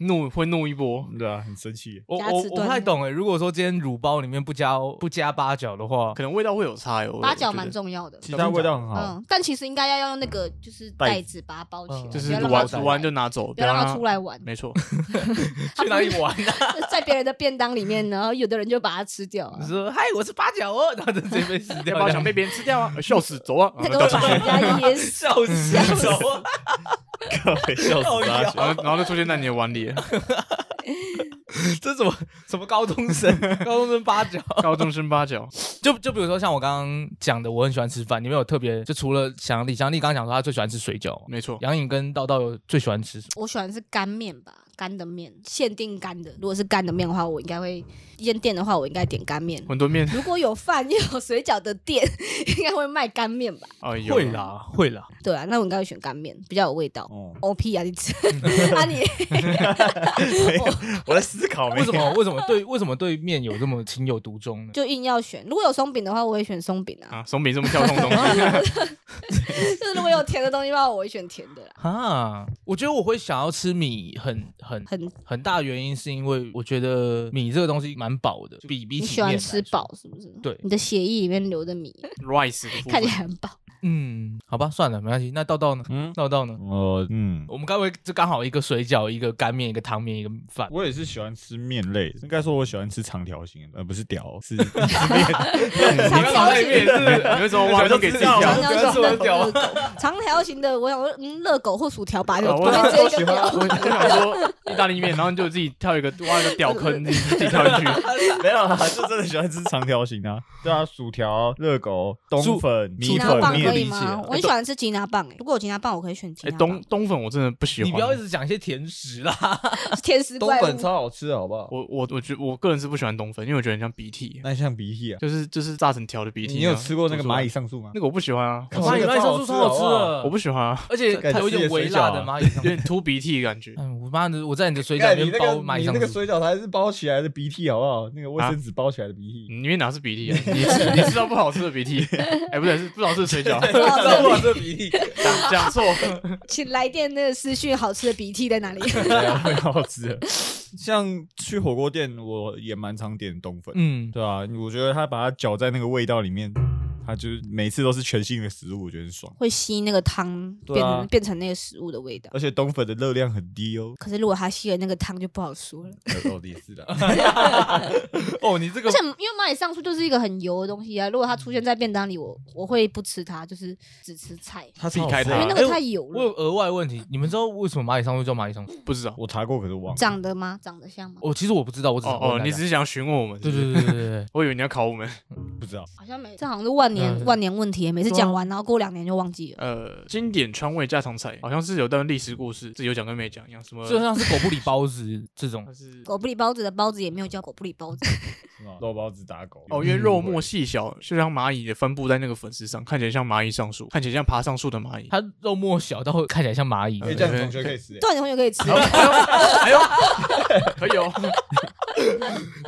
[SPEAKER 4] 怒会怒一波。
[SPEAKER 3] <laughs> 对啊，很生气。
[SPEAKER 1] 我
[SPEAKER 2] 牙齿
[SPEAKER 1] 我我不
[SPEAKER 2] 断
[SPEAKER 1] 太
[SPEAKER 2] 裂
[SPEAKER 1] 懂哎、如果说今天乳包里面不加不加八角的话，
[SPEAKER 4] 可能味道会有差欸哟、我
[SPEAKER 2] 八角
[SPEAKER 4] 觉得
[SPEAKER 2] 蛮，重要的，
[SPEAKER 3] 其他味道很好，
[SPEAKER 2] 嗯，但其实应该要用那个就是
[SPEAKER 3] 袋
[SPEAKER 2] 袋子把它包起来，
[SPEAKER 1] 嗯
[SPEAKER 4] 就是
[SPEAKER 2] 不要让
[SPEAKER 4] 卤
[SPEAKER 2] 它
[SPEAKER 4] 完
[SPEAKER 1] 出来
[SPEAKER 4] 卤完就拿走，
[SPEAKER 2] 不要让
[SPEAKER 4] 让
[SPEAKER 2] 它出。来玩，
[SPEAKER 4] 没
[SPEAKER 1] <laughs>
[SPEAKER 4] 错，
[SPEAKER 1] 去哪里玩啊？
[SPEAKER 2] <laughs> 在别人的便当里面，然后有的人就把它吃掉啊
[SPEAKER 1] 你。 <laughs> 说嗨，我是八角哦， <laughs> 然后就直接被死掉，
[SPEAKER 4] 八角被别人吃掉啊，呃笑死，
[SPEAKER 2] <laughs>
[SPEAKER 4] 走啊，
[SPEAKER 2] 那
[SPEAKER 4] 然
[SPEAKER 2] 个
[SPEAKER 4] 后
[SPEAKER 2] 会
[SPEAKER 4] 就
[SPEAKER 2] 把人家噎死。
[SPEAKER 1] <laughs> 笑死
[SPEAKER 2] 笑死
[SPEAKER 1] 走啊！
[SPEAKER 3] 靠北哦笑死八
[SPEAKER 1] 靠
[SPEAKER 3] 角。
[SPEAKER 4] <laughs> 然后然后就出现在你的碗里了。
[SPEAKER 1] <laughs> 这怎么什么高中生？ <laughs> 高中生八角？
[SPEAKER 4] 高中生八角，
[SPEAKER 1] 就就比如说像我刚刚讲的，我很喜欢吃饭，你们有特别就除了祥丽，祥丽刚刚讲说她最喜欢吃水饺，
[SPEAKER 4] 没错，
[SPEAKER 1] 杨颖跟道道有最喜欢吃什么？
[SPEAKER 2] 我喜欢是干面吧，干的面，限定干的。如果是干的面的话，我应该会一间店的话，我应该点干面。
[SPEAKER 4] 馄饨面，
[SPEAKER 2] 如果有饭 <laughs> 又有水饺的店，应该会卖干面吧？
[SPEAKER 4] 哎呦，
[SPEAKER 1] 会，啦，会啦，
[SPEAKER 2] 对啊，那我应该会选干面，比较有味道。
[SPEAKER 3] 哦，
[SPEAKER 2] O P 啊，你吃啊你
[SPEAKER 3] 没有， <laughs> 我在思考，没
[SPEAKER 1] 为什
[SPEAKER 3] 有
[SPEAKER 1] 么为什么对为什么对面有这么情有独钟呢？
[SPEAKER 2] 就硬要选。如果有松饼的话，我会选松饼啊。
[SPEAKER 4] 啊，松饼这么跳
[SPEAKER 2] <laughs>
[SPEAKER 4] 动的东西，
[SPEAKER 2] 就是如果有甜的东西的话，我会选甜的啦。
[SPEAKER 1] 哈，我觉得我会想要吃米很很
[SPEAKER 2] 很，
[SPEAKER 1] 很大原因是因为我觉得米这个东西蛮饱的，比比
[SPEAKER 2] 你
[SPEAKER 1] 起
[SPEAKER 2] 喜
[SPEAKER 1] 面
[SPEAKER 2] 欢
[SPEAKER 1] 来
[SPEAKER 2] 吃
[SPEAKER 1] 说
[SPEAKER 2] 饱是不是？
[SPEAKER 1] 对
[SPEAKER 2] 你的血液里面流的米，
[SPEAKER 4] rice 的部
[SPEAKER 2] 看
[SPEAKER 4] 分
[SPEAKER 2] 起来很饱。
[SPEAKER 1] 嗯，好吧，算了，没关系。那道道呢？
[SPEAKER 3] 嗯
[SPEAKER 1] 道道呢？
[SPEAKER 3] 我嗯，
[SPEAKER 1] 我们该不会就刚好一个水饺、一个干面、一个汤面、一个饭？
[SPEAKER 3] 我也是喜欢吃面类的，应该说我喜欢吃长条形的，而不是屌， <laughs> 是
[SPEAKER 2] 长条
[SPEAKER 1] 那
[SPEAKER 2] 形
[SPEAKER 1] 面
[SPEAKER 2] 的，
[SPEAKER 4] <laughs>
[SPEAKER 1] 是
[SPEAKER 4] 你为什么挖都给自己
[SPEAKER 3] 我
[SPEAKER 4] 挑
[SPEAKER 3] 想
[SPEAKER 2] 长
[SPEAKER 3] 说？
[SPEAKER 1] 不要说
[SPEAKER 2] 条形的
[SPEAKER 1] 屌
[SPEAKER 2] 热狗， <laughs> 长条形的，我想说，嗯，热狗或薯条吧，有
[SPEAKER 4] 啊我
[SPEAKER 2] 多
[SPEAKER 3] 我
[SPEAKER 2] 这
[SPEAKER 3] 喜
[SPEAKER 2] 个
[SPEAKER 3] 欢
[SPEAKER 2] 屌
[SPEAKER 4] 我我想说意大利面，然后你就自己跳一个挖一个屌坑，自己自己跳进去。
[SPEAKER 2] <laughs>
[SPEAKER 3] 没有啦，就真的喜欢吃长条形的啊。对啊，薯条、热狗、
[SPEAKER 1] 薯
[SPEAKER 3] 冬粉、
[SPEAKER 2] 吉
[SPEAKER 3] 米
[SPEAKER 2] 拿
[SPEAKER 3] 粉
[SPEAKER 2] 棒可
[SPEAKER 3] 面
[SPEAKER 2] 以
[SPEAKER 1] 理解
[SPEAKER 2] 吗
[SPEAKER 1] 啊？
[SPEAKER 2] 我很喜欢吃吉拿棒，哎，如果有吉拿棒，我可以选吉
[SPEAKER 4] 哎，
[SPEAKER 2] 拿
[SPEAKER 4] 冬
[SPEAKER 2] <laughs> 棒。
[SPEAKER 4] 冬粉我真的不喜欢，
[SPEAKER 1] 你不要一直讲一些甜食啦。
[SPEAKER 2] 甜食怪物， <laughs>
[SPEAKER 3] 超好吃的，好不好？
[SPEAKER 4] 我我我觉我个人是不喜欢冬粉，因为我觉得很像鼻涕，
[SPEAKER 3] 那像鼻涕啊，
[SPEAKER 4] 就是就是炸成条的鼻涕。
[SPEAKER 3] 你有吃过那个蚂蚁
[SPEAKER 4] 蚁？
[SPEAKER 3] 上树吗
[SPEAKER 4] 那？个我不喜欢啊，
[SPEAKER 3] 看
[SPEAKER 1] <laughs> 蚂蚁
[SPEAKER 3] 这个
[SPEAKER 1] 卖
[SPEAKER 3] 超
[SPEAKER 1] 烧
[SPEAKER 3] 好
[SPEAKER 1] 猪
[SPEAKER 3] 吃
[SPEAKER 1] 超好吃
[SPEAKER 3] 好不
[SPEAKER 1] 的，
[SPEAKER 4] 我不喜欢啊，
[SPEAKER 1] 而且它有一点微辣的蚂蚁上。
[SPEAKER 4] 有。 <laughs> 点吐鼻涕的感觉
[SPEAKER 1] 嗯，我妈的，我在你的水
[SPEAKER 3] 你看
[SPEAKER 1] 饺
[SPEAKER 3] 你
[SPEAKER 1] 里
[SPEAKER 3] 那
[SPEAKER 1] 面包
[SPEAKER 3] 个
[SPEAKER 1] 蚂蚁
[SPEAKER 3] 你
[SPEAKER 1] 上
[SPEAKER 3] 那个
[SPEAKER 1] 树。
[SPEAKER 3] 水饺才是包起来的鼻涕，好不好？那个卫生纸包起来的鼻涕，
[SPEAKER 4] <laughs> 你因为哪是鼻涕啊？你吃你吃到不好吃的鼻涕，哎，不对，是不好吃的水饺。
[SPEAKER 2] 照
[SPEAKER 3] <laughs>
[SPEAKER 1] 照
[SPEAKER 2] 这
[SPEAKER 1] 顾
[SPEAKER 2] 里
[SPEAKER 1] 好这个比例，
[SPEAKER 4] 讲讲错，
[SPEAKER 2] 请来电那个私讯好吃的鼻涕在哪里？
[SPEAKER 3] 对啊，很好吃的。像去火锅店，我也蛮常点冬粉，
[SPEAKER 1] 嗯，
[SPEAKER 3] 对啊，我觉得他把它搅在那个味道里面，它就是每次都是全新的食物，我觉得很爽。
[SPEAKER 2] 会吸那个汤，
[SPEAKER 3] 对
[SPEAKER 2] 变
[SPEAKER 3] 啊
[SPEAKER 2] 成变成那个食物的味道。，
[SPEAKER 3] 而且冬粉的热量很低哦
[SPEAKER 2] 可是如果它吸了那个汤，就不好说了。
[SPEAKER 3] 到底是的。
[SPEAKER 1] 哦，你这个
[SPEAKER 2] 而且因为蚂蚁上树就是一个很油的东西啊，如果它出现在便当里，我我会不吃它，就是只吃菜，
[SPEAKER 3] 他
[SPEAKER 4] 自己开的
[SPEAKER 2] 因
[SPEAKER 4] 啊
[SPEAKER 2] 为那
[SPEAKER 1] 哎
[SPEAKER 2] 个
[SPEAKER 1] 我
[SPEAKER 2] 太油
[SPEAKER 1] 我有
[SPEAKER 2] 了。
[SPEAKER 1] 额外问题，你们知道为什么蚂蚁上树叫蚂蚁上树？
[SPEAKER 4] 不知道。
[SPEAKER 3] 我查过，可是忘了。
[SPEAKER 2] 长得吗？长得像吗？
[SPEAKER 1] 我其实我不知道，我只是
[SPEAKER 4] 哦哦，你只
[SPEAKER 1] 只
[SPEAKER 4] 是想询问我们？
[SPEAKER 1] 对
[SPEAKER 4] 是不是
[SPEAKER 1] 对对对对对，
[SPEAKER 4] 我以为你要考我们。
[SPEAKER 3] 不知道。
[SPEAKER 2] 好像没，这好像是万年、
[SPEAKER 1] 嗯
[SPEAKER 2] 万年问题，每次
[SPEAKER 1] 对啊
[SPEAKER 2] 讲完，然后过两年就忘记了。
[SPEAKER 4] 呃，经典川味家常菜好像是有段历史故事，自己有讲跟没讲一样，什
[SPEAKER 1] <laughs>
[SPEAKER 4] 么
[SPEAKER 1] 就像是狗不理包子这种 <laughs>
[SPEAKER 4] 它，是
[SPEAKER 2] 狗不理包子的包子也没有叫狗不理包子，
[SPEAKER 3] 是吗肉包子打狗
[SPEAKER 4] 哦，因为肉末细小，就像蚂蚁的分布在那个粉丝上，看起来像蚂蚁上树，看起来像爬上树的蚂 <laughs> 蚁。
[SPEAKER 1] 它肉末小到会看起来像蚂蚁。
[SPEAKER 3] 哎，这样同学可以吃。
[SPEAKER 2] 段永同学可以吃。
[SPEAKER 4] 哎呦，可以哦，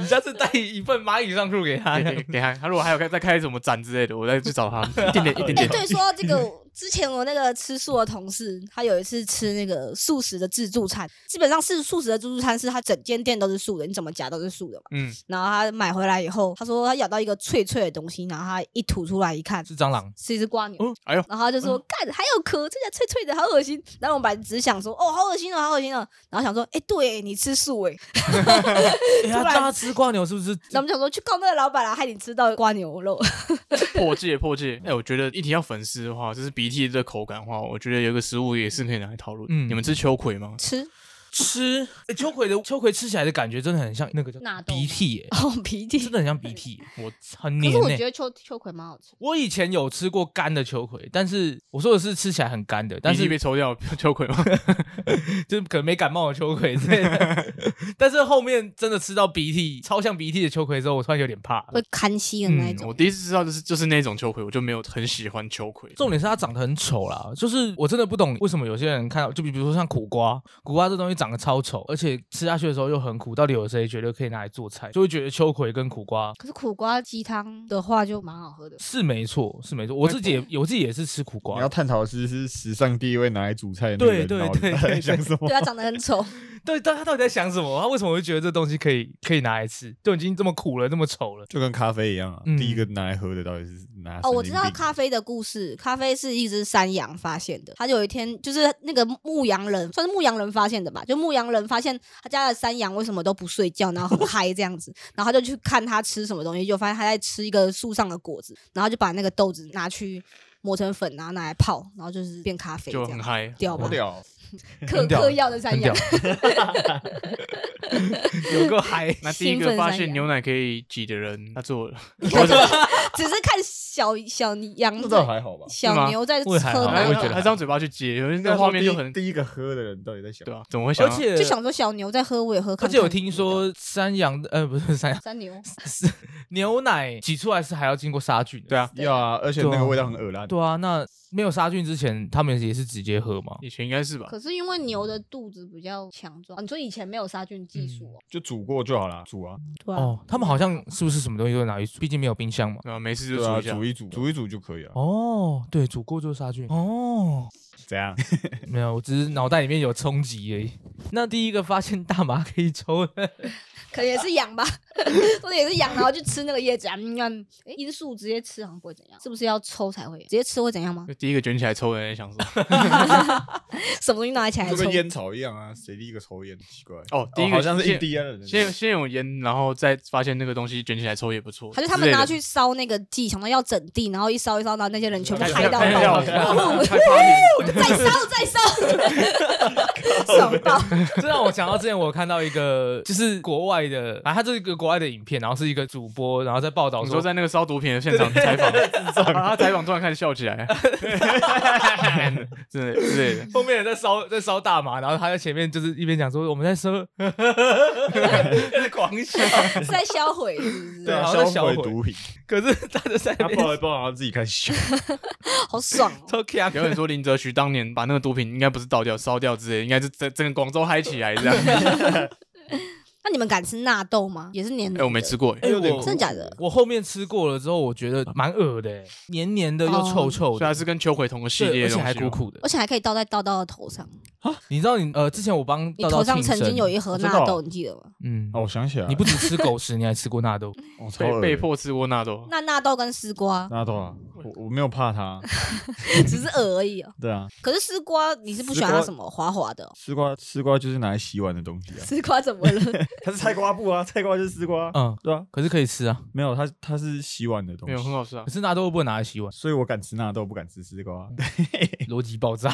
[SPEAKER 1] 你下次带一份蚂蚁上树给他
[SPEAKER 4] <laughs> 给给给他，他如果还有开再开什么展之类的，我再去找他， <laughs> 一点点一点
[SPEAKER 2] 哎、
[SPEAKER 4] 点。
[SPEAKER 2] 对，说到这个，之前我那个吃素的同事，他有一次吃那个素食的自助餐，基本上是素食的自助餐，是他整间店都是素的，你怎么夹都是素的嘛。
[SPEAKER 4] 嗯，
[SPEAKER 2] 然后他买回来以后，他说他咬到一个脆脆的东西，然后他一吐出来一看，
[SPEAKER 1] 是蟑螂，
[SPEAKER 2] 是一只瓜牛。
[SPEAKER 4] 哎呦，
[SPEAKER 2] 然后他就说：“干，还有壳，这下脆脆的，好恶心。”然后我们本来只想说：“哦，好恶心哦，好恶心哦。”然后想说：“哎，对你吃素哎。
[SPEAKER 1] 哎
[SPEAKER 2] <laughs>
[SPEAKER 1] 他让他吃瓜牛是不是？”
[SPEAKER 2] 然后我们想说去告那个老板啊啦，害你吃到瓜牛肉。 <laughs>
[SPEAKER 4] 破戒破戒。哎，我觉得一提到粉丝的话，就是鼻涕的口感的话，我觉得有一个食物也是可以拿来讨论。
[SPEAKER 1] 嗯
[SPEAKER 4] 你们吃秋葵吗？
[SPEAKER 2] 吃
[SPEAKER 1] 吃哎秋葵的秋葵吃起来的感觉真的很像那个叫
[SPEAKER 2] 纳豆
[SPEAKER 1] 鼻涕耶，
[SPEAKER 2] 哦鼻涕，
[SPEAKER 1] 真的很像鼻涕耶，我很
[SPEAKER 2] 可
[SPEAKER 1] 黏欸
[SPEAKER 2] 是我
[SPEAKER 1] 耶
[SPEAKER 2] 觉得秋秋葵蛮好吃。
[SPEAKER 1] 我以前有吃过干的秋葵，但是我说的是吃起来很干的， <laughs> 但
[SPEAKER 4] 鼻涕
[SPEAKER 1] 是
[SPEAKER 4] 被抽掉 <laughs> 秋葵吗？
[SPEAKER 1] 就是可能没感冒的秋葵之类 <laughs> 的。但是后面真的吃到鼻涕，超像鼻涕的秋葵之后，我突然有点怕。
[SPEAKER 2] 会看稀的那一
[SPEAKER 4] 嗯
[SPEAKER 2] 种。
[SPEAKER 4] 我第一次知道就是就是那种秋葵，我就没有很喜欢秋葵。
[SPEAKER 1] 重点是它长得很丑啦，就是我真的不懂为什么有些人看到，就比比如说像苦瓜，苦瓜这东西长得超丑，而且吃下去的时候又很苦，到底有谁觉得可以拿来做菜？就会觉得秋葵跟苦瓜
[SPEAKER 2] 可是苦瓜鸡汤的话就蛮好喝的。
[SPEAKER 1] 是没错，是没错。我自己也我自己也是吃苦
[SPEAKER 3] 你要
[SPEAKER 1] 瓜，
[SPEAKER 3] 探讨的是是史上第一位拿来煮菜的那个人
[SPEAKER 1] 对
[SPEAKER 3] 到
[SPEAKER 1] 对
[SPEAKER 3] 底
[SPEAKER 1] 对
[SPEAKER 3] 在
[SPEAKER 1] 对
[SPEAKER 3] 想什么
[SPEAKER 2] 对？啊，长得很丑，
[SPEAKER 1] 对，但他到底在想什么？他为什么会觉得这东西可以可以拿来吃？都已经这么苦了，这么丑了。
[SPEAKER 3] 就跟咖啡一样啊，
[SPEAKER 1] 嗯
[SPEAKER 3] 第一个拿来喝的到底是拿
[SPEAKER 2] 哦，我知道咖
[SPEAKER 3] 咖
[SPEAKER 2] 啡的故事。咖啡是一只山羊发现的，他有一天就是那个牧羊人，算是牧羊人发现的吧？就牧羊人发现他家的山羊为什么都不睡觉，然后很嗨这样子，然后他就去看它吃什么东西，就发现它在吃一个树上的果子，然后就把那个豆子拿去磨成粉，然后拿来泡，然后就是变咖啡这
[SPEAKER 4] 就很
[SPEAKER 2] 样。
[SPEAKER 4] 嗨，
[SPEAKER 2] 屌吧
[SPEAKER 3] 好？
[SPEAKER 4] 哦
[SPEAKER 3] 屌，
[SPEAKER 2] 嗑
[SPEAKER 1] 很屌
[SPEAKER 2] 嗑药的山
[SPEAKER 1] 很
[SPEAKER 2] 羊
[SPEAKER 1] 屌，， <laughs> 有个嗨，
[SPEAKER 4] 那第一
[SPEAKER 2] 兴
[SPEAKER 4] 个
[SPEAKER 2] 奋
[SPEAKER 4] 发
[SPEAKER 2] 山
[SPEAKER 4] 现
[SPEAKER 2] 羊
[SPEAKER 4] 牛奶可以挤的人，他做
[SPEAKER 2] <laughs>
[SPEAKER 4] 了。 <laughs>
[SPEAKER 2] 只是看小小羊
[SPEAKER 3] 这
[SPEAKER 2] 在
[SPEAKER 3] 倒还好吧？
[SPEAKER 4] 是吗
[SPEAKER 2] 小牛在
[SPEAKER 1] 我也还好
[SPEAKER 2] 喝
[SPEAKER 4] 他
[SPEAKER 1] 我
[SPEAKER 2] 奶
[SPEAKER 1] 也觉得
[SPEAKER 4] 他是用嘴巴去接，因为那个画面就很
[SPEAKER 3] 第一个喝的人到底在想
[SPEAKER 4] 对？啊，怎么会想
[SPEAKER 1] 而
[SPEAKER 4] 到？
[SPEAKER 1] 且
[SPEAKER 2] 就想说小牛在喝，我也喝
[SPEAKER 1] 而
[SPEAKER 2] 看看。
[SPEAKER 1] 且有听说山羊呃不是山羊
[SPEAKER 2] 三牛，
[SPEAKER 1] 是牛奶挤出来是还要经过杀菌的。
[SPEAKER 4] 对啊，
[SPEAKER 3] 要啊，而且那个味道很恶烂。
[SPEAKER 1] 对啊，那没有杀菌之前，他们也是直接喝嘛。
[SPEAKER 4] 以前应该是吧。嗯
[SPEAKER 2] 可是因为牛的肚子比较强壮，啊你说以前没有杀菌技术哦，
[SPEAKER 3] 就煮过就好啦，煮啊，
[SPEAKER 2] 对啊，
[SPEAKER 1] 哦，他们好像是不是什么东西都拿去煮？毕竟没有冰箱嘛。
[SPEAKER 4] 对啊，没事就
[SPEAKER 3] 对啊，
[SPEAKER 4] 煮一下
[SPEAKER 3] 煮。一煮，煮一煮就可以啊了。
[SPEAKER 1] 哦，对，煮过就杀菌。哦，
[SPEAKER 3] 怎样？
[SPEAKER 2] <laughs>
[SPEAKER 1] 没有，我只是脑袋里面有冲击而已。那第一个发现大麻可以抽的，
[SPEAKER 2] 可能也
[SPEAKER 4] <laughs>
[SPEAKER 2] 是羊吧，或者也是羊，然后去吃那个叶子啊，你看，诶罂粟直接吃好像不会怎样，是不是要抽才会？直接吃会怎样吗
[SPEAKER 4] <laughs> 就？第一个卷起来抽的人想说，
[SPEAKER 2] 什么东西拿起来
[SPEAKER 3] 就
[SPEAKER 2] 抽
[SPEAKER 3] 跟？烟草一样啊，谁第一个抽烟？奇怪。 <laughs>
[SPEAKER 4] 哦，第一个
[SPEAKER 3] 好像是印
[SPEAKER 4] 先
[SPEAKER 3] 第安人。
[SPEAKER 4] 先先有烟，然后再发现那个东西卷起来抽也不错。
[SPEAKER 2] 还是他
[SPEAKER 4] 之
[SPEAKER 2] 们
[SPEAKER 4] 类的
[SPEAKER 2] 拿去烧那个地，想到要整地，然后一烧一烧，然后那些人全部
[SPEAKER 4] 开
[SPEAKER 2] 嗨到
[SPEAKER 4] 开
[SPEAKER 1] <laughs>
[SPEAKER 2] 爆，哦
[SPEAKER 4] 开开 party
[SPEAKER 2] 再烧再烧，
[SPEAKER 4] <laughs>
[SPEAKER 2] 爽爆！
[SPEAKER 1] 这让我想到之前我看到一个，就是国外的，啊，它这是一个国外的影片，然后是一个主播，然后在报道
[SPEAKER 4] 你
[SPEAKER 1] 说
[SPEAKER 4] 说在那个烧毒品的现场采访， <laughs> 啊他采访突然开始笑起来， <laughs> 之类之类的。
[SPEAKER 1] 后面人在烧在烧大麻，然后他在前面就是一边讲说我们在烧，狂笑，
[SPEAKER 2] 是在销毁是不是？
[SPEAKER 3] 对
[SPEAKER 1] 对
[SPEAKER 3] 啊，
[SPEAKER 1] 好像
[SPEAKER 3] 销毁
[SPEAKER 1] 销
[SPEAKER 4] <laughs>
[SPEAKER 1] 毁
[SPEAKER 3] 毒品，
[SPEAKER 1] 可是他就在那
[SPEAKER 3] 他
[SPEAKER 1] 边
[SPEAKER 3] 抱一抱，然后自己开始笑。
[SPEAKER 2] 好爽哦！
[SPEAKER 1] 超 c
[SPEAKER 4] 有人说林则徐当年把那
[SPEAKER 1] <laughs>
[SPEAKER 4] 个毒品应该不是倒掉烧掉之类的，应该是整整个广州嗨起来这样。
[SPEAKER 2] 那那你们敢吃纳豆吗？也是黏黏
[SPEAKER 4] 哎、
[SPEAKER 2] 的。
[SPEAKER 4] 我没吃过、欸，
[SPEAKER 1] 哎
[SPEAKER 3] 有点
[SPEAKER 1] 我
[SPEAKER 2] 真的假的？
[SPEAKER 1] 我后面吃过了之后，我觉得蛮恶的、欸，黏黏的又
[SPEAKER 2] 哦
[SPEAKER 1] 臭臭
[SPEAKER 4] 所以它
[SPEAKER 1] 的，
[SPEAKER 4] 是跟秋葵同个系
[SPEAKER 1] 对
[SPEAKER 4] 列
[SPEAKER 1] 而
[SPEAKER 4] 的
[SPEAKER 1] 且
[SPEAKER 4] 东
[SPEAKER 1] 还
[SPEAKER 4] 西哦
[SPEAKER 1] 苦
[SPEAKER 4] 吗。
[SPEAKER 1] 苦的。
[SPEAKER 2] 而且还可以倒在倒到头上，
[SPEAKER 1] 你知道你呃，之前我帮
[SPEAKER 2] 你
[SPEAKER 1] 道道
[SPEAKER 2] 头上
[SPEAKER 1] 庆
[SPEAKER 2] 曾
[SPEAKER 1] 生
[SPEAKER 2] 经有一盒
[SPEAKER 3] 我知道
[SPEAKER 2] 纳豆，你记得吗？
[SPEAKER 1] 嗯，
[SPEAKER 3] 哦，我想起来了，
[SPEAKER 1] 你不只吃狗食，你还吃过纳豆。
[SPEAKER 3] 哦超
[SPEAKER 4] 被
[SPEAKER 3] 恶
[SPEAKER 4] 被
[SPEAKER 3] 的
[SPEAKER 4] 迫吃过纳豆，
[SPEAKER 2] 那纳豆跟丝瓜
[SPEAKER 3] 纳豆啊，我我没有怕它，
[SPEAKER 2] 只是饵而已哦。
[SPEAKER 3] 对啊，
[SPEAKER 2] 可是丝瓜你是不喜欢它什么滑滑的哦、
[SPEAKER 3] 丝瓜丝瓜就是拿来洗碗的东西啊，
[SPEAKER 2] 丝瓜怎么了？
[SPEAKER 3] 它是菜瓜布啊，菜瓜就是丝瓜啊，
[SPEAKER 1] 嗯，
[SPEAKER 3] 对啊，
[SPEAKER 1] 可是可以吃啊。
[SPEAKER 3] 没有它它是洗碗的东
[SPEAKER 4] 没有很
[SPEAKER 3] 西，，
[SPEAKER 4] 好吃啊
[SPEAKER 1] 可。是纳豆不能拿来洗
[SPEAKER 4] <laughs>
[SPEAKER 1] 碗
[SPEAKER 3] 所以我敢吃纳豆，不敢吃丝瓜，
[SPEAKER 1] 逻辑
[SPEAKER 4] <laughs>
[SPEAKER 1] 爆炸。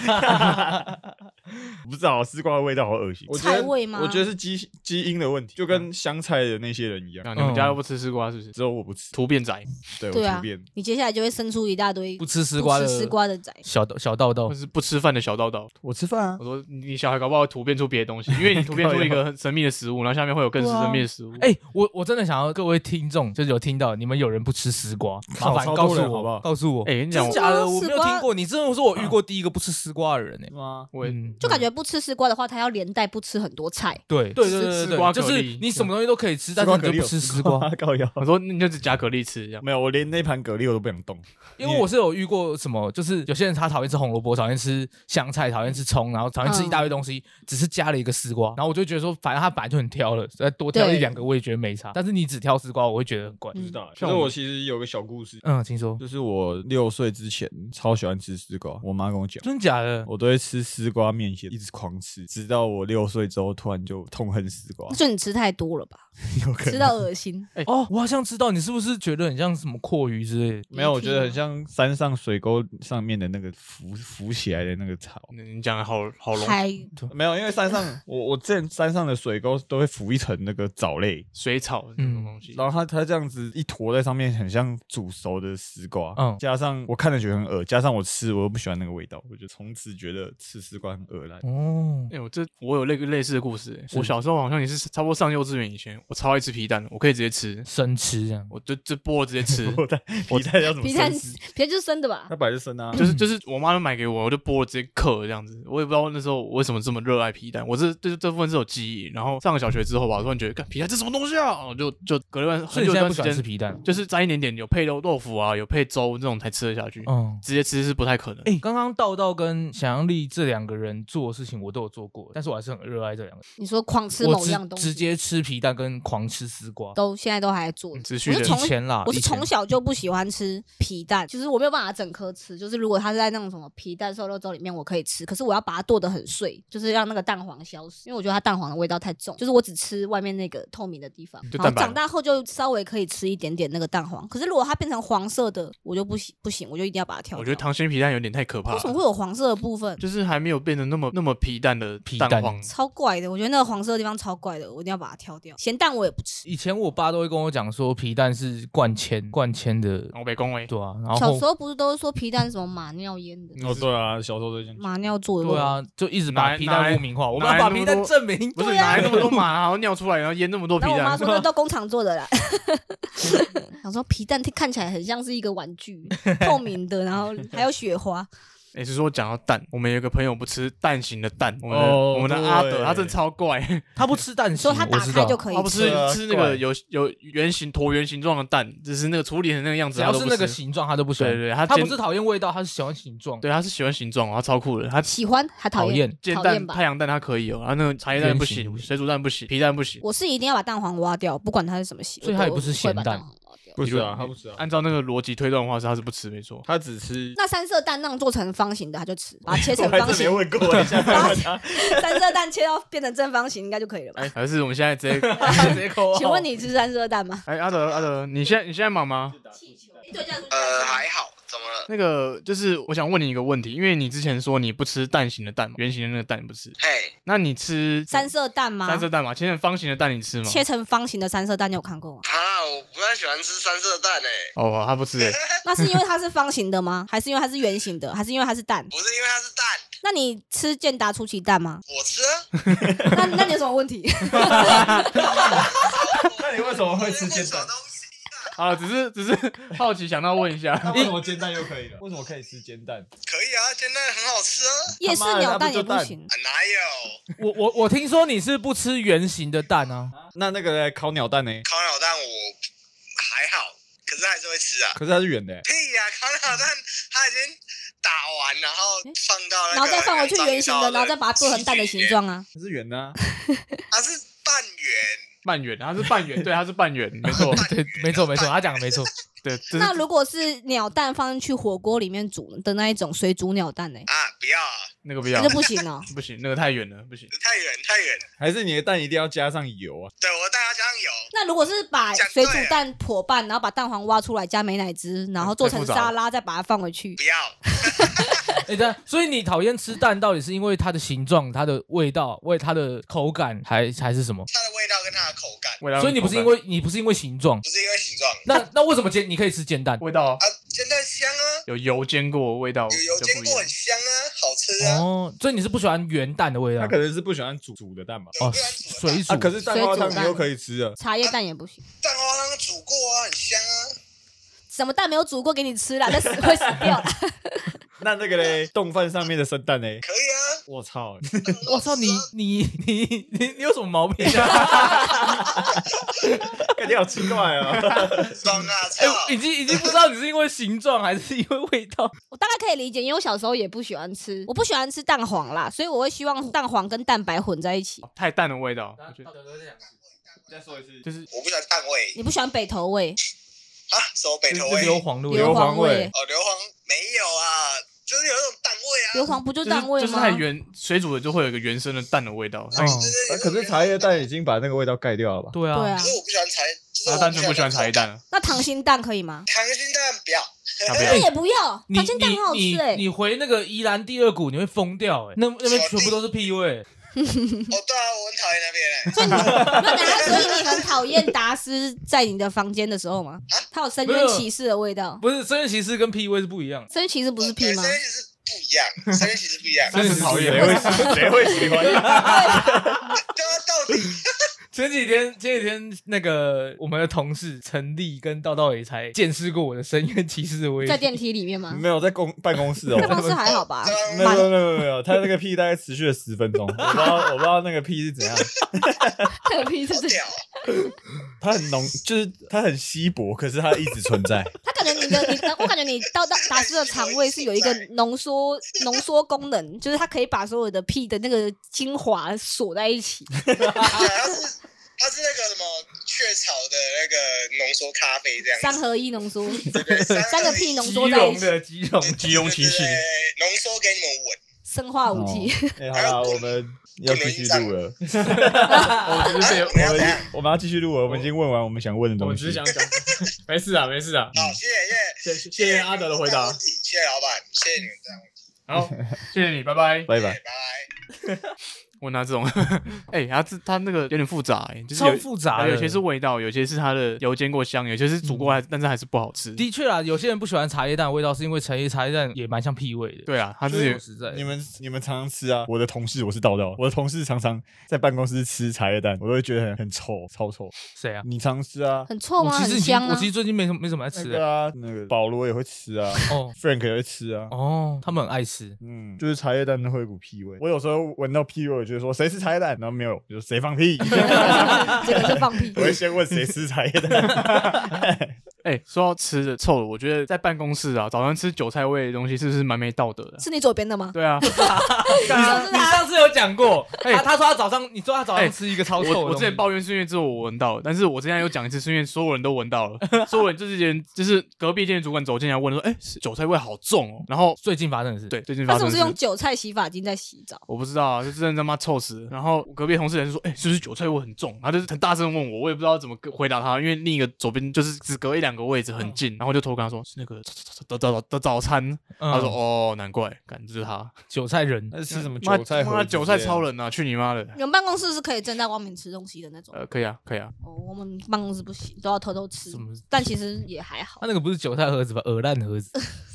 [SPEAKER 3] 我 <laughs> 不知道丝瓜的味道好恶心，我觉
[SPEAKER 2] 菜
[SPEAKER 3] 得
[SPEAKER 2] 味吗
[SPEAKER 3] 我觉得是基基因的问题，就跟香菜的那些人一样，
[SPEAKER 4] 啊你们
[SPEAKER 1] 嗯
[SPEAKER 4] 家又不吃丝瓜是不是？
[SPEAKER 3] 只有我不吃，
[SPEAKER 4] 突变仔，
[SPEAKER 3] 对
[SPEAKER 2] 对
[SPEAKER 3] 我
[SPEAKER 2] 啊
[SPEAKER 3] 随便，
[SPEAKER 2] 你接下来就会生出一大堆
[SPEAKER 1] 不吃丝瓜的
[SPEAKER 2] 不吃丝瓜的仔。
[SPEAKER 1] 小道小道道
[SPEAKER 4] 或，是不吃饭的小道道。
[SPEAKER 3] 我吃饭啊
[SPEAKER 4] 我，说你你小孩搞不好突变出别的东西，因为你突变出一个很神秘的食物，然后下面会有更神秘的食物。啊
[SPEAKER 1] 哎、我我真的想要各位听众，就是有听到你们有人不吃丝瓜，麻
[SPEAKER 3] 靠
[SPEAKER 1] 烦
[SPEAKER 3] 超
[SPEAKER 1] 告
[SPEAKER 3] 多
[SPEAKER 1] 诉
[SPEAKER 3] 人
[SPEAKER 1] 我，
[SPEAKER 3] 好不好
[SPEAKER 1] 告诉我，
[SPEAKER 4] 哎、跟你讲
[SPEAKER 1] 真
[SPEAKER 4] 我，
[SPEAKER 1] 假的？我
[SPEAKER 2] 丝
[SPEAKER 1] 没
[SPEAKER 2] 瓜
[SPEAKER 1] 有听过，你真的是我遇过第一个不吃丝瓜的人呢、
[SPEAKER 3] 是吗？
[SPEAKER 4] 我也
[SPEAKER 1] 嗯
[SPEAKER 2] 就感觉不吃丝瓜的话，它要连带不吃很多菜。
[SPEAKER 1] 对对对
[SPEAKER 4] 吃
[SPEAKER 1] 对
[SPEAKER 4] 丝
[SPEAKER 1] 对
[SPEAKER 4] 瓜
[SPEAKER 1] 对，就
[SPEAKER 4] 蛤
[SPEAKER 1] 是
[SPEAKER 4] 蜊
[SPEAKER 1] 你什么东西都可以吃，但
[SPEAKER 3] 丝
[SPEAKER 1] 是
[SPEAKER 3] 瓜
[SPEAKER 1] 你
[SPEAKER 3] 蛤
[SPEAKER 1] 就
[SPEAKER 3] 蜊
[SPEAKER 1] 不
[SPEAKER 3] 有
[SPEAKER 1] 吃丝
[SPEAKER 3] <laughs>
[SPEAKER 1] 瓜。
[SPEAKER 3] 高腰，
[SPEAKER 4] 我说你就只夹蛤蜊吃这样。
[SPEAKER 3] 没有，我连那盘蛤蜊我都不想动，
[SPEAKER 1] 因为我是有遇过什么，就是有些人他讨厌吃红萝卜，讨厌吃香菜，讨厌吃葱，然后讨厌吃一
[SPEAKER 2] 嗯
[SPEAKER 1] 大堆东西，只是加了一个丝瓜，然后我就觉得说，反正他本来就很挑了，再多挑
[SPEAKER 2] 对
[SPEAKER 1] 一两个我也觉得没差。但是你只挑丝瓜，我会觉得很怪。
[SPEAKER 2] 嗯。
[SPEAKER 3] 道欸。
[SPEAKER 4] 像
[SPEAKER 3] 可是
[SPEAKER 4] 我
[SPEAKER 3] 我其实有个小故事，
[SPEAKER 1] 嗯，听说
[SPEAKER 3] 就是我六岁之前超喜欢吃丝瓜，我妈跟我讲。
[SPEAKER 1] 真假的？
[SPEAKER 3] 我都会吃丝瓜面线，一直狂吃，直到我六岁之后，突然就痛恨丝瓜
[SPEAKER 2] 就你吃太多了吧，
[SPEAKER 3] 有哦可
[SPEAKER 2] 吃
[SPEAKER 3] 能
[SPEAKER 2] 到恶心。
[SPEAKER 1] 哦，我好像知道你是不是觉得很像什么阔鱼之类的？
[SPEAKER 3] 没有，我觉得
[SPEAKER 2] 吗
[SPEAKER 3] 很像山上水沟上面的那个浮浮起来的那个草。
[SPEAKER 4] 你你讲的好好浓，
[SPEAKER 2] 海
[SPEAKER 3] 没有，因为山上我我之前山上的水沟都会浮一层那个藻类，
[SPEAKER 4] 水草那
[SPEAKER 1] 嗯
[SPEAKER 4] 种东西。
[SPEAKER 3] 然后它它这样子一坨在上面，很像煮熟的丝瓜。
[SPEAKER 1] 嗯
[SPEAKER 3] 加上我看着觉得很恶，加上我吃我又不喜欢那个味道，我就从此觉得吃丝瓜很
[SPEAKER 1] <laughs>
[SPEAKER 3] 恶来。，
[SPEAKER 1] 哦，
[SPEAKER 4] 哎、我这我有类类似的故事、欸。
[SPEAKER 1] 是
[SPEAKER 4] 我小时候好像也是差不多上幼稚园以前，我超爱吃皮蛋的，我可以直接吃，
[SPEAKER 1] 生吃这样。
[SPEAKER 4] 我就这剥了直接
[SPEAKER 1] <laughs>
[SPEAKER 4] 吃
[SPEAKER 3] 皮蛋皮蛋要怎么
[SPEAKER 2] 皮蛋
[SPEAKER 3] 生吃？
[SPEAKER 2] 皮蛋就是生的吧
[SPEAKER 3] 它？本来就生啊，
[SPEAKER 4] 就是就是我妈买给我，我就剥了直接嗑了这样子。我也不知道那时候我为什么这么热爱皮蛋，我这这这部分是有记忆。然后上了小学之后吧，我突然觉得，干皮蛋这什么东西啊？我就就隔了一段
[SPEAKER 1] 所
[SPEAKER 4] 很
[SPEAKER 1] 以
[SPEAKER 4] 久
[SPEAKER 1] 你
[SPEAKER 4] 一
[SPEAKER 1] 现在
[SPEAKER 4] 段
[SPEAKER 1] 不
[SPEAKER 4] 时
[SPEAKER 1] 喜欢吃
[SPEAKER 4] 间，
[SPEAKER 1] 皮蛋？
[SPEAKER 4] 就是沾一点点有配豆豆腐啊，有配粥这种才吃得下去，
[SPEAKER 1] 嗯。
[SPEAKER 4] 直接吃是不太可能。
[SPEAKER 1] 哎、刚刚道道跟想象力这两个人做的事情，我都有做过，但是我还是很热爱这两个。
[SPEAKER 2] 你说狂吃
[SPEAKER 1] 我
[SPEAKER 2] 某
[SPEAKER 1] 直
[SPEAKER 2] 样东西，
[SPEAKER 1] 直接吃皮蛋跟狂吃丝瓜，
[SPEAKER 2] 都现在都还在做
[SPEAKER 4] 嗯
[SPEAKER 2] 着。
[SPEAKER 4] 持续
[SPEAKER 2] 我是
[SPEAKER 4] 的
[SPEAKER 2] 从
[SPEAKER 1] 以前啦，
[SPEAKER 2] 我
[SPEAKER 1] 啊
[SPEAKER 2] 是
[SPEAKER 1] 以前
[SPEAKER 2] 从小就不喜欢吃皮蛋，就是我没有办法整颗吃。就是如果它是在那种什么皮蛋瘦肉粥里面，我可以吃，可是我要把它剁得很碎，就是让那个蛋黄消失，因为我觉得它蛋黄的味道太重。就是我只吃外面那个透明的地方，
[SPEAKER 4] 就
[SPEAKER 2] 然后
[SPEAKER 4] 蛋白
[SPEAKER 2] 长大后就稍微可以吃一点点那个蛋黄。可是如果它变成黄色的，我就不行不行，我就一定要把它挑掉。
[SPEAKER 4] 我觉得溏心皮蛋有点太可怕
[SPEAKER 2] 为什么
[SPEAKER 4] 了，
[SPEAKER 2] 会有黄色的部分？
[SPEAKER 4] 就是还没有变得那么那么皮蛋的
[SPEAKER 1] 皮
[SPEAKER 4] 蛋
[SPEAKER 1] 蛋
[SPEAKER 4] 黄。
[SPEAKER 2] 超怪的，我觉得那个黄色的地方超怪的，我一定要把它挑掉。咸蛋我也不吃，
[SPEAKER 1] 以前我爸都会跟我讲说，皮蛋是灌铅灌铅的，
[SPEAKER 4] 我被恭维，
[SPEAKER 1] 对啊，然
[SPEAKER 2] 小
[SPEAKER 1] 后
[SPEAKER 2] 时候不是都是说皮蛋是什么马尿腌的，
[SPEAKER 3] 哦，对啊，小时候都这样。
[SPEAKER 2] 马尿做的
[SPEAKER 1] 对啊，就一直把皮
[SPEAKER 4] 哪来
[SPEAKER 1] 蛋污名化，我们
[SPEAKER 4] 哪来
[SPEAKER 1] 要把
[SPEAKER 4] 那么
[SPEAKER 1] 皮蛋
[SPEAKER 4] 多
[SPEAKER 1] 证明，
[SPEAKER 4] 不是
[SPEAKER 1] 对
[SPEAKER 4] 哪
[SPEAKER 1] 啊
[SPEAKER 4] 来那么多马，然后尿出来，然后腌那么多皮
[SPEAKER 2] 然后我妈
[SPEAKER 4] 蛋 <laughs>
[SPEAKER 2] 说。那都工厂做的啦，想说皮蛋看起来很像是一个玩具，透明的，然后还有雪花，
[SPEAKER 4] 也是说讲到蛋，我们有一个朋友不吃蛋形的蛋，我们的、
[SPEAKER 3] 哦
[SPEAKER 4] 我们的阿德，
[SPEAKER 3] 对
[SPEAKER 4] 他真的超怪，
[SPEAKER 1] 他不吃蛋
[SPEAKER 2] 所
[SPEAKER 1] 形，
[SPEAKER 2] 以它打
[SPEAKER 1] 我知
[SPEAKER 2] 开
[SPEAKER 1] 道
[SPEAKER 2] 就可
[SPEAKER 4] <laughs>
[SPEAKER 2] 以
[SPEAKER 4] 他不
[SPEAKER 2] 吃
[SPEAKER 4] 吃
[SPEAKER 3] 对啊
[SPEAKER 4] 吃那
[SPEAKER 3] 怪
[SPEAKER 4] 个有有圆形椭圆形状的蛋，就是那个处理成那个样子，
[SPEAKER 1] 只要
[SPEAKER 4] 他都
[SPEAKER 1] 哦是
[SPEAKER 4] 不
[SPEAKER 1] 那个
[SPEAKER 4] 吃
[SPEAKER 1] 形状他都不喜欢，
[SPEAKER 4] 对对对他
[SPEAKER 1] 他
[SPEAKER 4] 煎
[SPEAKER 1] 不是讨厌味道，他是喜欢形状，
[SPEAKER 4] 对，他是喜欢形状，他超酷的，他
[SPEAKER 2] 喜欢还讨
[SPEAKER 1] 讨
[SPEAKER 4] <laughs>
[SPEAKER 2] 厌。
[SPEAKER 1] 厌。
[SPEAKER 4] 煎
[SPEAKER 2] 讨
[SPEAKER 4] 蛋
[SPEAKER 2] 厌吧
[SPEAKER 4] 太阳蛋他可以哦，然后那个茶叶蛋不
[SPEAKER 1] 圆形
[SPEAKER 4] 行，
[SPEAKER 1] 不行
[SPEAKER 4] 水煮蛋不行，皮蛋不行，
[SPEAKER 2] 我是一定要把蛋黄挖掉，不管它是什么形，
[SPEAKER 1] 所以它也
[SPEAKER 2] 我
[SPEAKER 1] 不
[SPEAKER 2] 都
[SPEAKER 1] 是咸
[SPEAKER 2] 会把
[SPEAKER 1] 蛋
[SPEAKER 2] 蛋黄挖掉
[SPEAKER 3] 不
[SPEAKER 4] 是啊他
[SPEAKER 3] 不吃啊，
[SPEAKER 4] 按照那个逻辑推断的话，是他是不吃没错。
[SPEAKER 3] 他只吃。
[SPEAKER 2] 那三色蛋那样做成方形的，他就吃，把它切成方形，
[SPEAKER 3] 问过，一
[SPEAKER 2] <laughs>
[SPEAKER 3] 下
[SPEAKER 2] 把三色蛋切到变成正方形，应该就
[SPEAKER 4] <laughs>
[SPEAKER 2] 可以了吧？
[SPEAKER 4] 哎，还是我们现在直接，
[SPEAKER 1] 直接扣
[SPEAKER 2] 请问你吃三色蛋吗？
[SPEAKER 4] 哎，阿德阿德，你现在你现在忙吗？
[SPEAKER 5] 呃，还好，怎么了？
[SPEAKER 4] 那个就是我想问你一个问题，因为你之前说你不吃蛋形的蛋嘛，圆形的那个蛋你不吃，
[SPEAKER 5] 嘿，
[SPEAKER 4] 那你吃
[SPEAKER 2] 三色蛋吗？
[SPEAKER 4] 三色蛋嘛，切成方形的蛋你吃吗？
[SPEAKER 2] 切成方形的三色蛋，你有看过吗？
[SPEAKER 5] 啊，我不太喜欢吃三色蛋诶、欸
[SPEAKER 4] 哦，他不吃哎、
[SPEAKER 2] <laughs> 那是因为它是方形的吗？还是因为它是圆形的？还是因为它是蛋？
[SPEAKER 5] 不是因为它是蛋，
[SPEAKER 2] 那你吃健达出奇蛋吗？
[SPEAKER 5] 我吃啊。
[SPEAKER 2] 那那你有什么问 <laughs> 题？
[SPEAKER 3] 那你为什么会吃
[SPEAKER 5] 煎
[SPEAKER 3] 煎蛋？
[SPEAKER 5] 东西？
[SPEAKER 4] 啊，只是 <laughs> 只是好奇想到问一下，
[SPEAKER 3] 为什么煎蛋又可以了？为什么可以吃煎蛋？
[SPEAKER 5] 可以啊，煎蛋很好吃啊。
[SPEAKER 2] 夜市鸟蛋也不行
[SPEAKER 5] 啊、，哪有？
[SPEAKER 1] 我我我听说你是不吃圆形的蛋啊，
[SPEAKER 3] 那那个烤鸟蛋呢？
[SPEAKER 5] 烤鸟蛋我还好，可是还是会吃啊。
[SPEAKER 3] 可是它是圆的欸，
[SPEAKER 5] 屁呀、烤鸟蛋它已经打完，然后放到那
[SPEAKER 2] 嗯
[SPEAKER 5] 个
[SPEAKER 2] 然后再放回去原形的，
[SPEAKER 5] 章鱼烧
[SPEAKER 2] 然后再把它做成蛋的形状啊。
[SPEAKER 3] 它是圆的啊。
[SPEAKER 5] 它是半圆，
[SPEAKER 4] 半圆，它是半圆，对，它是半圆，没错，
[SPEAKER 1] 对，没错没错，他讲的没错。
[SPEAKER 4] 对，这
[SPEAKER 2] 那
[SPEAKER 4] 是
[SPEAKER 2] 如果是鸟蛋放进去火锅里面煮的那一种水煮鸟蛋呢、
[SPEAKER 5] 啊，不要、啊，
[SPEAKER 4] 那个不要
[SPEAKER 2] 那就，不行 <laughs> 哦。
[SPEAKER 4] 不行，那个太远了，不行。
[SPEAKER 5] 太远太远。
[SPEAKER 3] 还是你的蛋一定要加上油啊？
[SPEAKER 5] 对我带它加上油，
[SPEAKER 2] 那如果是把水煮蛋破半，然后把蛋黄挖出来加美乃滋，然后做成沙拉，再把它放回去
[SPEAKER 5] 不，要，
[SPEAKER 1] <laughs> 哎，对，所以你讨厌吃蛋，到底是因为它的形状、它的味道、为它的口感，还还是什么？
[SPEAKER 5] 它的味道跟它的口感，
[SPEAKER 4] 味道
[SPEAKER 1] 所以你不是因为你不是因为形状，
[SPEAKER 5] 不是因为形状啊，
[SPEAKER 3] <laughs>
[SPEAKER 1] 那那为什么煎你可以吃煎蛋？
[SPEAKER 4] 味道
[SPEAKER 5] 煎蛋香啊，
[SPEAKER 4] 有油煎过，味道
[SPEAKER 5] 有油
[SPEAKER 4] 就
[SPEAKER 5] 煎
[SPEAKER 4] 哦不一
[SPEAKER 5] 过
[SPEAKER 4] 样
[SPEAKER 5] 很。香啊，好吃啊。
[SPEAKER 1] 哦，所以你是不喜欢原蛋的味道
[SPEAKER 3] 它？可能是不喜欢煮煮的蛋吧。
[SPEAKER 5] 对
[SPEAKER 1] 哦，
[SPEAKER 5] 我不喜欢煮
[SPEAKER 1] 水煮
[SPEAKER 3] 啊，可
[SPEAKER 5] 的蛋
[SPEAKER 3] 是蛋花汤
[SPEAKER 2] 水煮蛋
[SPEAKER 3] 你又可以吃啊。
[SPEAKER 2] 茶叶蛋也不行。
[SPEAKER 5] 蛋花汤煮过啊，很香啊。
[SPEAKER 2] 什么蛋没有煮过给你吃啦，但是会死掉啦。
[SPEAKER 3] 那那个嘞，冻饭上面的生蛋嘞？
[SPEAKER 5] 可以啊，
[SPEAKER 4] <laughs>
[SPEAKER 3] 我操！
[SPEAKER 1] 我哦操你你你你你有什么毛病
[SPEAKER 3] <laughs>
[SPEAKER 1] 啊？
[SPEAKER 3] 感觉好奇怪啊。
[SPEAKER 5] 爽啊！
[SPEAKER 1] 哎、
[SPEAKER 5] 操，
[SPEAKER 1] <laughs> 已经已经不知道你是因为形状还是因为味
[SPEAKER 3] <laughs>
[SPEAKER 1] 道。
[SPEAKER 2] 我大概可以理解，因为我小时候也不喜欢吃，我不喜欢吃蛋黄啦，所以我会希望蛋黄跟蛋白混在一起。
[SPEAKER 4] 太淡的味道，我觉得
[SPEAKER 3] 再说一次，
[SPEAKER 4] 就是
[SPEAKER 5] 我不喜欢蛋味
[SPEAKER 2] 你不喜欢北头味、
[SPEAKER 5] 啊，什么北
[SPEAKER 1] 就
[SPEAKER 5] 投
[SPEAKER 1] 是
[SPEAKER 5] 味？
[SPEAKER 1] 硫磺的味
[SPEAKER 3] 硫
[SPEAKER 1] 道。
[SPEAKER 3] 磺
[SPEAKER 2] 磺
[SPEAKER 3] 味、
[SPEAKER 5] 哦，硫磺没有啊，就是有一种蛋味啊。
[SPEAKER 2] 硫磺不
[SPEAKER 4] 就
[SPEAKER 2] 就
[SPEAKER 4] 是
[SPEAKER 2] 蛋味
[SPEAKER 4] 就是
[SPEAKER 2] 吗？
[SPEAKER 4] 它原水煮的就会有一个原生的蛋的味道，
[SPEAKER 1] 嗯
[SPEAKER 5] 啊就是有一
[SPEAKER 3] 哦可
[SPEAKER 5] 种
[SPEAKER 3] 是茶叶蛋已经把那个味道盖掉了吧？
[SPEAKER 1] 对啊，
[SPEAKER 2] 对啊
[SPEAKER 5] 可，是我不喜欢茶，就是
[SPEAKER 4] 它
[SPEAKER 5] 我
[SPEAKER 4] 单纯不喜欢茶叶蛋了，
[SPEAKER 2] 那溏心蛋可以吗？
[SPEAKER 5] 那个。溏心蛋不要，
[SPEAKER 4] 它不
[SPEAKER 2] 那
[SPEAKER 4] 要。
[SPEAKER 2] 也不要，
[SPEAKER 1] 你
[SPEAKER 2] 溏心蛋很好
[SPEAKER 1] 你
[SPEAKER 2] 吃
[SPEAKER 1] 你
[SPEAKER 2] 哎、
[SPEAKER 1] 你回那个宜兰第二谷，你会疯掉哎、那那边全部都是屁味。
[SPEAKER 5] <laughs> 哦，对啊，我很讨厌那边欸。
[SPEAKER 2] 那等下，所以你很讨厌达斯在你的房间的时候吗？它有深
[SPEAKER 1] 没
[SPEAKER 2] 渊
[SPEAKER 1] 有
[SPEAKER 2] 骑士的味道，
[SPEAKER 1] 不是，真人骑士跟屁味是不一样的。
[SPEAKER 2] 深渊骑士不是屁吗
[SPEAKER 5] 对？三其实不一样，三
[SPEAKER 1] 真
[SPEAKER 5] 其实不一样。
[SPEAKER 1] 的是讨厌
[SPEAKER 3] 谁会 <laughs> 谁会喜欢？
[SPEAKER 5] 对啊，到底
[SPEAKER 1] 前几天前几天那个我们的同事陈立跟道道也才见识过我的深渊骑士的味道
[SPEAKER 2] 在。电梯里面吗？
[SPEAKER 3] 没有在公办公室哦。
[SPEAKER 2] 办公室还好
[SPEAKER 5] <laughs>
[SPEAKER 2] 吧？ <laughs>
[SPEAKER 3] 没有没有没有没有，他那个屁大概持续了十分钟，我不知道我不知道那个屁是怎样，
[SPEAKER 2] 这个屁是这
[SPEAKER 5] 屌，啊
[SPEAKER 3] 它很浓，就是它很稀薄，可是它一直存在。
[SPEAKER 2] 他感觉你的你的，我感觉你到到达斯的肠胃是有一个浓缩浓缩功能，就是它可以把所有的屁的那个精华锁在一起。
[SPEAKER 5] 对啊它是它是那个什么雀巢的那个浓缩咖啡这样子
[SPEAKER 2] 三，合一浓缩，
[SPEAKER 5] 对对
[SPEAKER 2] 三个屁浓
[SPEAKER 1] 基
[SPEAKER 2] 缩在一
[SPEAKER 1] 隆
[SPEAKER 2] 起，
[SPEAKER 1] 的基
[SPEAKER 4] <laughs>
[SPEAKER 1] 隆
[SPEAKER 5] 对对对
[SPEAKER 4] 集中骑士
[SPEAKER 5] 对对对浓缩给你们闻。
[SPEAKER 2] 生化武器。
[SPEAKER 3] 哎，好啦，我们要继续录了，
[SPEAKER 4] <laughs> 我只是
[SPEAKER 5] 啊我们要怎样？
[SPEAKER 3] 哎我们要继续录了，我们已经问完我们想问的
[SPEAKER 4] 我
[SPEAKER 3] 东
[SPEAKER 4] 们
[SPEAKER 3] 西
[SPEAKER 4] 只是。想讲，没事啊，没事啊。
[SPEAKER 5] 好，谢谢谢
[SPEAKER 4] 谢
[SPEAKER 5] 谢
[SPEAKER 4] 谢谢阿德的回答
[SPEAKER 5] 问，题，谢谢老板，谢谢你们这样，
[SPEAKER 4] 好，谢谢你，拜拜。
[SPEAKER 3] 拜拜。
[SPEAKER 5] 拜拜。
[SPEAKER 4] 问他这种， <laughs> 哎，他这他那个有点复杂，哎，就是有
[SPEAKER 1] 超复杂
[SPEAKER 4] 啊
[SPEAKER 1] 的，
[SPEAKER 4] 有些是味道，有些是它的油煎过香，有些是煮过来，但是还是不好吃。
[SPEAKER 1] 的确啊，有些人不喜欢茶叶蛋的味道，是因为茶叶茶叶蛋也蛮像屁味的。
[SPEAKER 4] 对啊，它
[SPEAKER 1] 说
[SPEAKER 4] 是有
[SPEAKER 1] 实在的，
[SPEAKER 3] 你们你们常常吃啊？我的同事我是道道，我的同事常常在办公室吃茶叶蛋，我都会觉得很很臭，超臭。
[SPEAKER 1] 谁啊？
[SPEAKER 3] 你常吃啊？
[SPEAKER 2] 很臭
[SPEAKER 1] 我
[SPEAKER 2] 吗？
[SPEAKER 1] 其实
[SPEAKER 2] 很
[SPEAKER 1] 已经
[SPEAKER 2] 香
[SPEAKER 1] 我
[SPEAKER 2] 啊
[SPEAKER 1] 其！实最近没什么没什么爱
[SPEAKER 3] 那
[SPEAKER 1] 吃的
[SPEAKER 3] 个。啊，那个保罗也会吃啊
[SPEAKER 1] 哦
[SPEAKER 3] ，Frank 也会吃啊。
[SPEAKER 1] 哦，他们很爱吃。
[SPEAKER 3] 嗯，就是茶叶蛋都会有一股屁味。我有时候闻到屁味，我就说谁吃茶叶蛋，然后没有，我就谁放屁。
[SPEAKER 2] 这个是放屁
[SPEAKER 3] 我。会先问谁吃茶叶蛋。
[SPEAKER 4] 哎、说到吃的臭的，我觉得在办公室啊，早上吃韭菜味的东西是不是蛮没道德的？
[SPEAKER 2] 是你左边的吗？
[SPEAKER 4] 对啊，
[SPEAKER 1] 你
[SPEAKER 2] 啊
[SPEAKER 1] 上你上次有讲
[SPEAKER 2] <laughs>
[SPEAKER 1] 过，他他说他早上，你说他早上
[SPEAKER 4] 哎
[SPEAKER 1] 吃一个超臭
[SPEAKER 4] <laughs>
[SPEAKER 1] 的
[SPEAKER 4] 我我之前
[SPEAKER 1] 东西
[SPEAKER 4] 抱怨孙悦之后我闻到了，但是我之前有讲一次孙悦，所有人都闻 <laughs> 到了，所有人就是人就是隔壁间的主管走进来问说，哎、是韭菜味好重哦。然 <laughs> 后
[SPEAKER 1] 最近发生的事。
[SPEAKER 4] 对，最近发
[SPEAKER 2] 他是
[SPEAKER 4] 生的
[SPEAKER 2] 不是
[SPEAKER 4] 事
[SPEAKER 2] 用韭菜洗发精在洗澡？
[SPEAKER 4] 我不知道啊，就真的他妈臭死了。然后我隔壁同事人就说，哎、是不是韭菜味很重？他就是很大声问我，我也不知道怎么跟回答他，因为另一个左边就是只隔一两个位置很近，然后我就偷跟他说是那个早早早早早早餐，
[SPEAKER 1] 嗯
[SPEAKER 4] 他说哦难怪，感知 <laughs> 他。
[SPEAKER 1] 韭菜人，
[SPEAKER 3] 那是什么
[SPEAKER 4] 妈妈韭菜超。人啊！去你妈的！
[SPEAKER 2] 你们办公室是可以正在外面吃东西的那种。
[SPEAKER 4] 呃，可以啊，可以啊，
[SPEAKER 2] 哦，我们办公室不行，都要偷偷吃
[SPEAKER 1] 什么。
[SPEAKER 2] 但其实也还好
[SPEAKER 1] 他。那个不是韭菜盒子吧？鹅蛋盒子，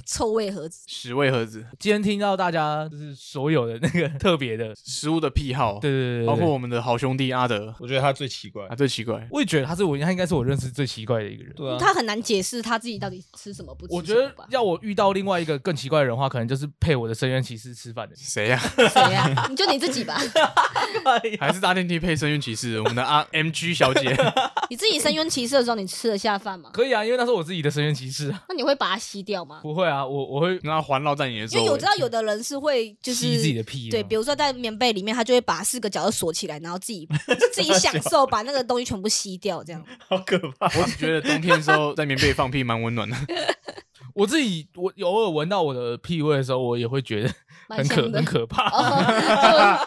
[SPEAKER 2] 臭味盒子。
[SPEAKER 4] 十味盒子，
[SPEAKER 1] 今天听到大家就是所有的那个特别的，
[SPEAKER 4] 食物的癖好，
[SPEAKER 1] <laughs> 对对对对对
[SPEAKER 4] 包括我们的好兄弟阿德，
[SPEAKER 6] 我觉得他最奇怪
[SPEAKER 4] 啊，。最奇怪，。
[SPEAKER 1] 我也觉得他是我，他应该是我认识最奇怪的一个人。
[SPEAKER 6] 对啊，
[SPEAKER 2] 他很难解释他自己到底吃什么不吃
[SPEAKER 1] 我觉
[SPEAKER 2] 什么
[SPEAKER 1] 得
[SPEAKER 2] 吧？
[SPEAKER 1] 要我遇到另外一个更奇怪的人的话，可能就是配我的深渊骑士吃饭的
[SPEAKER 4] 谁呀？
[SPEAKER 2] 谁呀？ <laughs> 你就你自己吧，
[SPEAKER 4] <laughs> 还是搭电梯配声乐骑士，我们的 <laughs> 阿 MG 小姐，
[SPEAKER 2] 你自己深渊骑士的时候，你吃得下饭吗？
[SPEAKER 1] 可以啊，因为那是我自己的深渊骑士啊。 <laughs>
[SPEAKER 2] 那你会把它吸掉吗？
[SPEAKER 1] 不会啊，我我会
[SPEAKER 4] 让她环绕在你的
[SPEAKER 2] 因
[SPEAKER 4] 周
[SPEAKER 2] 为我
[SPEAKER 4] 围
[SPEAKER 2] 知。道有的人是会就是
[SPEAKER 1] 吸自己的屁。啊
[SPEAKER 2] 对，比如说在棉被里面，他就会把四个角都锁起来，然后自己 <laughs> 自己享受把那个东西全部吸掉，这样。
[SPEAKER 3] 好可怕！
[SPEAKER 4] 我只觉得冬天的时候在棉被放屁蛮温暖
[SPEAKER 2] <laughs>
[SPEAKER 4] 的，
[SPEAKER 1] 我自己，我偶尔闻到我的屁味的时候，我也会觉得
[SPEAKER 2] 蛮
[SPEAKER 1] 很可
[SPEAKER 2] 香的
[SPEAKER 1] 很可怕。
[SPEAKER 2] <laughs> 哦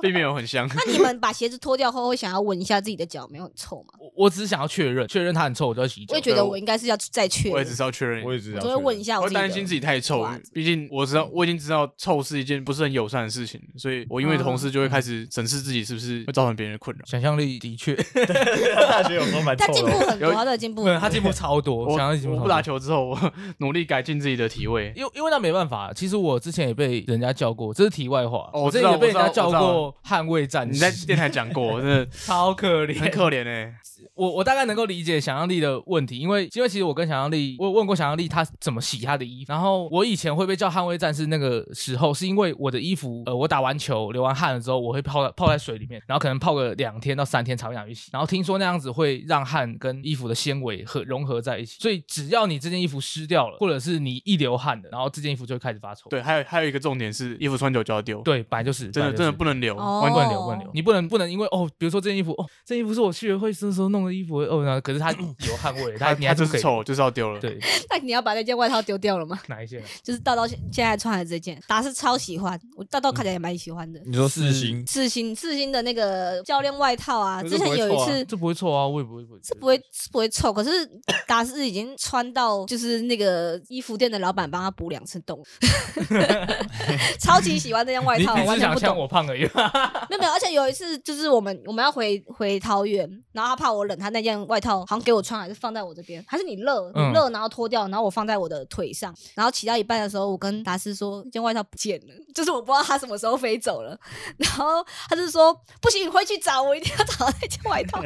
[SPEAKER 4] 并没有很香。
[SPEAKER 2] 那你们把鞋子脱掉后，会想要闻一下自己的脚没有很臭吗？
[SPEAKER 1] 我我只是想要确认，确认它很臭，我就要洗
[SPEAKER 2] 我
[SPEAKER 1] 脚
[SPEAKER 2] 也。觉得我应该是要再确
[SPEAKER 4] 我也
[SPEAKER 2] 认
[SPEAKER 4] 只，是要确认，
[SPEAKER 3] 我也知
[SPEAKER 2] 我
[SPEAKER 3] 道，
[SPEAKER 2] 就会问一下
[SPEAKER 4] 我
[SPEAKER 2] 我
[SPEAKER 4] 会担心自己
[SPEAKER 2] 的
[SPEAKER 4] 太臭
[SPEAKER 2] 袜子，
[SPEAKER 4] 毕竟我知道我已经知道臭是一件不是很友善的事情，所以我因为同事就会开始审视自己是不是会造成别人的困扰。
[SPEAKER 1] 想象力的确，
[SPEAKER 3] <laughs> 大学有时候蛮
[SPEAKER 2] 他
[SPEAKER 3] 臭
[SPEAKER 2] 进步
[SPEAKER 3] 的。
[SPEAKER 2] 很多，
[SPEAKER 4] 有
[SPEAKER 2] 他的进步
[SPEAKER 1] 没有 <laughs>
[SPEAKER 2] 很
[SPEAKER 1] 他
[SPEAKER 2] 多。
[SPEAKER 1] 进步超多，
[SPEAKER 4] 我
[SPEAKER 1] 想象力进步
[SPEAKER 4] 我
[SPEAKER 1] 超
[SPEAKER 4] 不
[SPEAKER 1] 多
[SPEAKER 4] 打。球之后，我 <laughs> 努力改进自己的体
[SPEAKER 1] <laughs>
[SPEAKER 4] 位。
[SPEAKER 1] 因为因为那没办法，其实我之前也被人家叫过，这是题外话。
[SPEAKER 4] 哦
[SPEAKER 1] 我
[SPEAKER 4] 我
[SPEAKER 1] 之
[SPEAKER 4] 知
[SPEAKER 1] 前
[SPEAKER 4] 道
[SPEAKER 1] 也被人家
[SPEAKER 4] 我知道
[SPEAKER 1] 叫
[SPEAKER 4] 我知道
[SPEAKER 1] 过捍卫战
[SPEAKER 4] 你
[SPEAKER 1] 士
[SPEAKER 4] 在，电台讲过，真的
[SPEAKER 1] 超可
[SPEAKER 4] 很
[SPEAKER 1] 怜。
[SPEAKER 4] 可怜哎。
[SPEAKER 1] 我我大概能够理解想象力的问题，因为因为其实我跟想象力，我有问过想象力他怎么洗他的衣服。然后我以前会被叫捍卫战士那个时候，是因为我的衣服，呃，我打完球流完汗了之后，我会泡在泡在水里面，然后可能泡个两天到三天才会想去洗。然后听说那样子会让汗跟衣服的纤维和融合在一起，所以只要你这件衣服湿掉了，或者是你一流汗了，然后这件衣服就会开始发臭。
[SPEAKER 4] 对，还有还有一个重点是，衣服穿久就要丢，
[SPEAKER 1] 对，本来就是
[SPEAKER 4] 真的真的不
[SPEAKER 1] 能。
[SPEAKER 4] 能留。
[SPEAKER 2] 哦
[SPEAKER 1] 不能留，不能留。你不能不能因为哦，比如说这件衣服哦，这件衣服是我去学会的时候弄的衣服哦，然后可是它有汗味，它
[SPEAKER 4] 他
[SPEAKER 1] 你
[SPEAKER 4] 他
[SPEAKER 1] 还是
[SPEAKER 4] 就
[SPEAKER 1] 不可
[SPEAKER 4] 是
[SPEAKER 1] 以。
[SPEAKER 4] 臭，就是要丢了。
[SPEAKER 1] 对，
[SPEAKER 2] <laughs> 那你要把那件外套丢掉了吗？
[SPEAKER 1] 哪一件？
[SPEAKER 2] 就是到到现现在穿的这件，达是超喜欢，我到到看起来也蛮喜欢的。
[SPEAKER 1] 嗯
[SPEAKER 3] 你说四星，
[SPEAKER 2] 刺青刺青的那个教练外套啊，
[SPEAKER 6] 可是
[SPEAKER 2] 之前
[SPEAKER 6] 不会
[SPEAKER 2] 有
[SPEAKER 6] 臭
[SPEAKER 2] 一
[SPEAKER 6] 啊
[SPEAKER 2] 次
[SPEAKER 1] 这不会错啊，我也不会不会。
[SPEAKER 2] 是不会是不会臭，可是达斯已经穿到就是那个衣服店的老板帮他补两次洞， <laughs> 超级喜欢这件外
[SPEAKER 1] 你
[SPEAKER 2] 套，
[SPEAKER 1] 你
[SPEAKER 2] 我
[SPEAKER 1] 只
[SPEAKER 2] 完
[SPEAKER 1] 是
[SPEAKER 2] 全
[SPEAKER 1] 想
[SPEAKER 2] 不
[SPEAKER 1] 呛
[SPEAKER 2] 懂。
[SPEAKER 1] 我胖而
[SPEAKER 2] <laughs>
[SPEAKER 1] 已。
[SPEAKER 2] 没有没有，而且有一次就是我们我们要回回桃园，然后他怕我冷，他那件外套好像给我穿，还是放在我这边，还是你热你
[SPEAKER 1] 嗯
[SPEAKER 2] 热，然后脱掉，然后我放在我的腿上，然后骑到一半的时候，我跟达斯说这件外套不见了，就是我不知道他什么时候飞走了， <laughs> 然后他就说不行，你回去找，我一定要找到那件外套。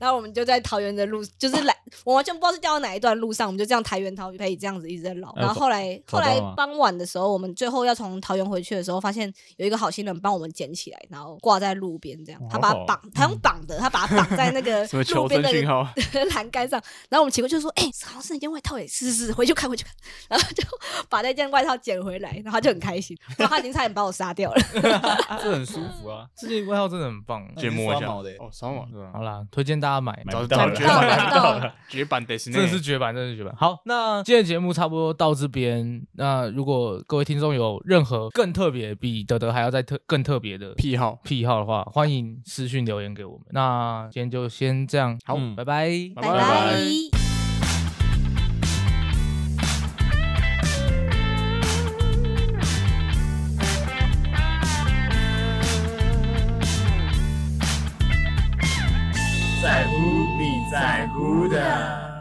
[SPEAKER 2] 然后我们就在桃园的路，就是来，我完全不知道是掉到哪一段路上，我们就这样台原桃园可以这样子一直在绕。
[SPEAKER 3] 哎
[SPEAKER 2] 然后后来
[SPEAKER 3] 找
[SPEAKER 2] 后
[SPEAKER 3] 到
[SPEAKER 2] 来
[SPEAKER 4] 啊
[SPEAKER 3] 吗
[SPEAKER 2] 傍晚的时候，我们最后要从桃园回去的时候，发现有一个好心人帮我们捡起来，然后挂在路边这样
[SPEAKER 3] 哇。
[SPEAKER 2] 他把它
[SPEAKER 3] 好好
[SPEAKER 2] 绑，他用绑的，他把它绑在那个
[SPEAKER 4] 啊什么
[SPEAKER 2] 路
[SPEAKER 4] 求
[SPEAKER 2] 边
[SPEAKER 4] 生
[SPEAKER 2] 的
[SPEAKER 4] 讯号？
[SPEAKER 2] <laughs> 栏杆上。然后我们奇怪就说：“哎、好像是那件外套耶，是是是，回去看回去看。”然后就把那件外套捡回来，然后他就很开心，然后他已经差点把我杀
[SPEAKER 4] <laughs>
[SPEAKER 2] 掉了。
[SPEAKER 6] 这很舒服啊。
[SPEAKER 1] 这件外套真的很棒。
[SPEAKER 4] 先摸
[SPEAKER 6] 那是
[SPEAKER 4] 一下。
[SPEAKER 6] 刷毛的耶
[SPEAKER 4] 哦，刷毛，
[SPEAKER 6] 对啊
[SPEAKER 1] 好啦，推荐大家买，
[SPEAKER 3] 买
[SPEAKER 4] 早
[SPEAKER 3] 不
[SPEAKER 4] 知
[SPEAKER 3] 到
[SPEAKER 4] 道
[SPEAKER 3] 了
[SPEAKER 4] 绝
[SPEAKER 2] 到了
[SPEAKER 4] 版
[SPEAKER 2] 到了，
[SPEAKER 4] 绝版 d e s
[SPEAKER 1] 真的是绝版，真的是绝版。好，那今天的节目差不多到这边。那如果各位听众有任何更特别、比德德还要再特更特别的
[SPEAKER 4] 癖好。
[SPEAKER 1] 癖好的话，欢迎私讯留言给我们。那今天就先这样，好，
[SPEAKER 3] 嗯
[SPEAKER 1] 拜拜，
[SPEAKER 4] 拜
[SPEAKER 2] 拜
[SPEAKER 4] 拜
[SPEAKER 2] 拜。
[SPEAKER 3] 在乎你在乎的。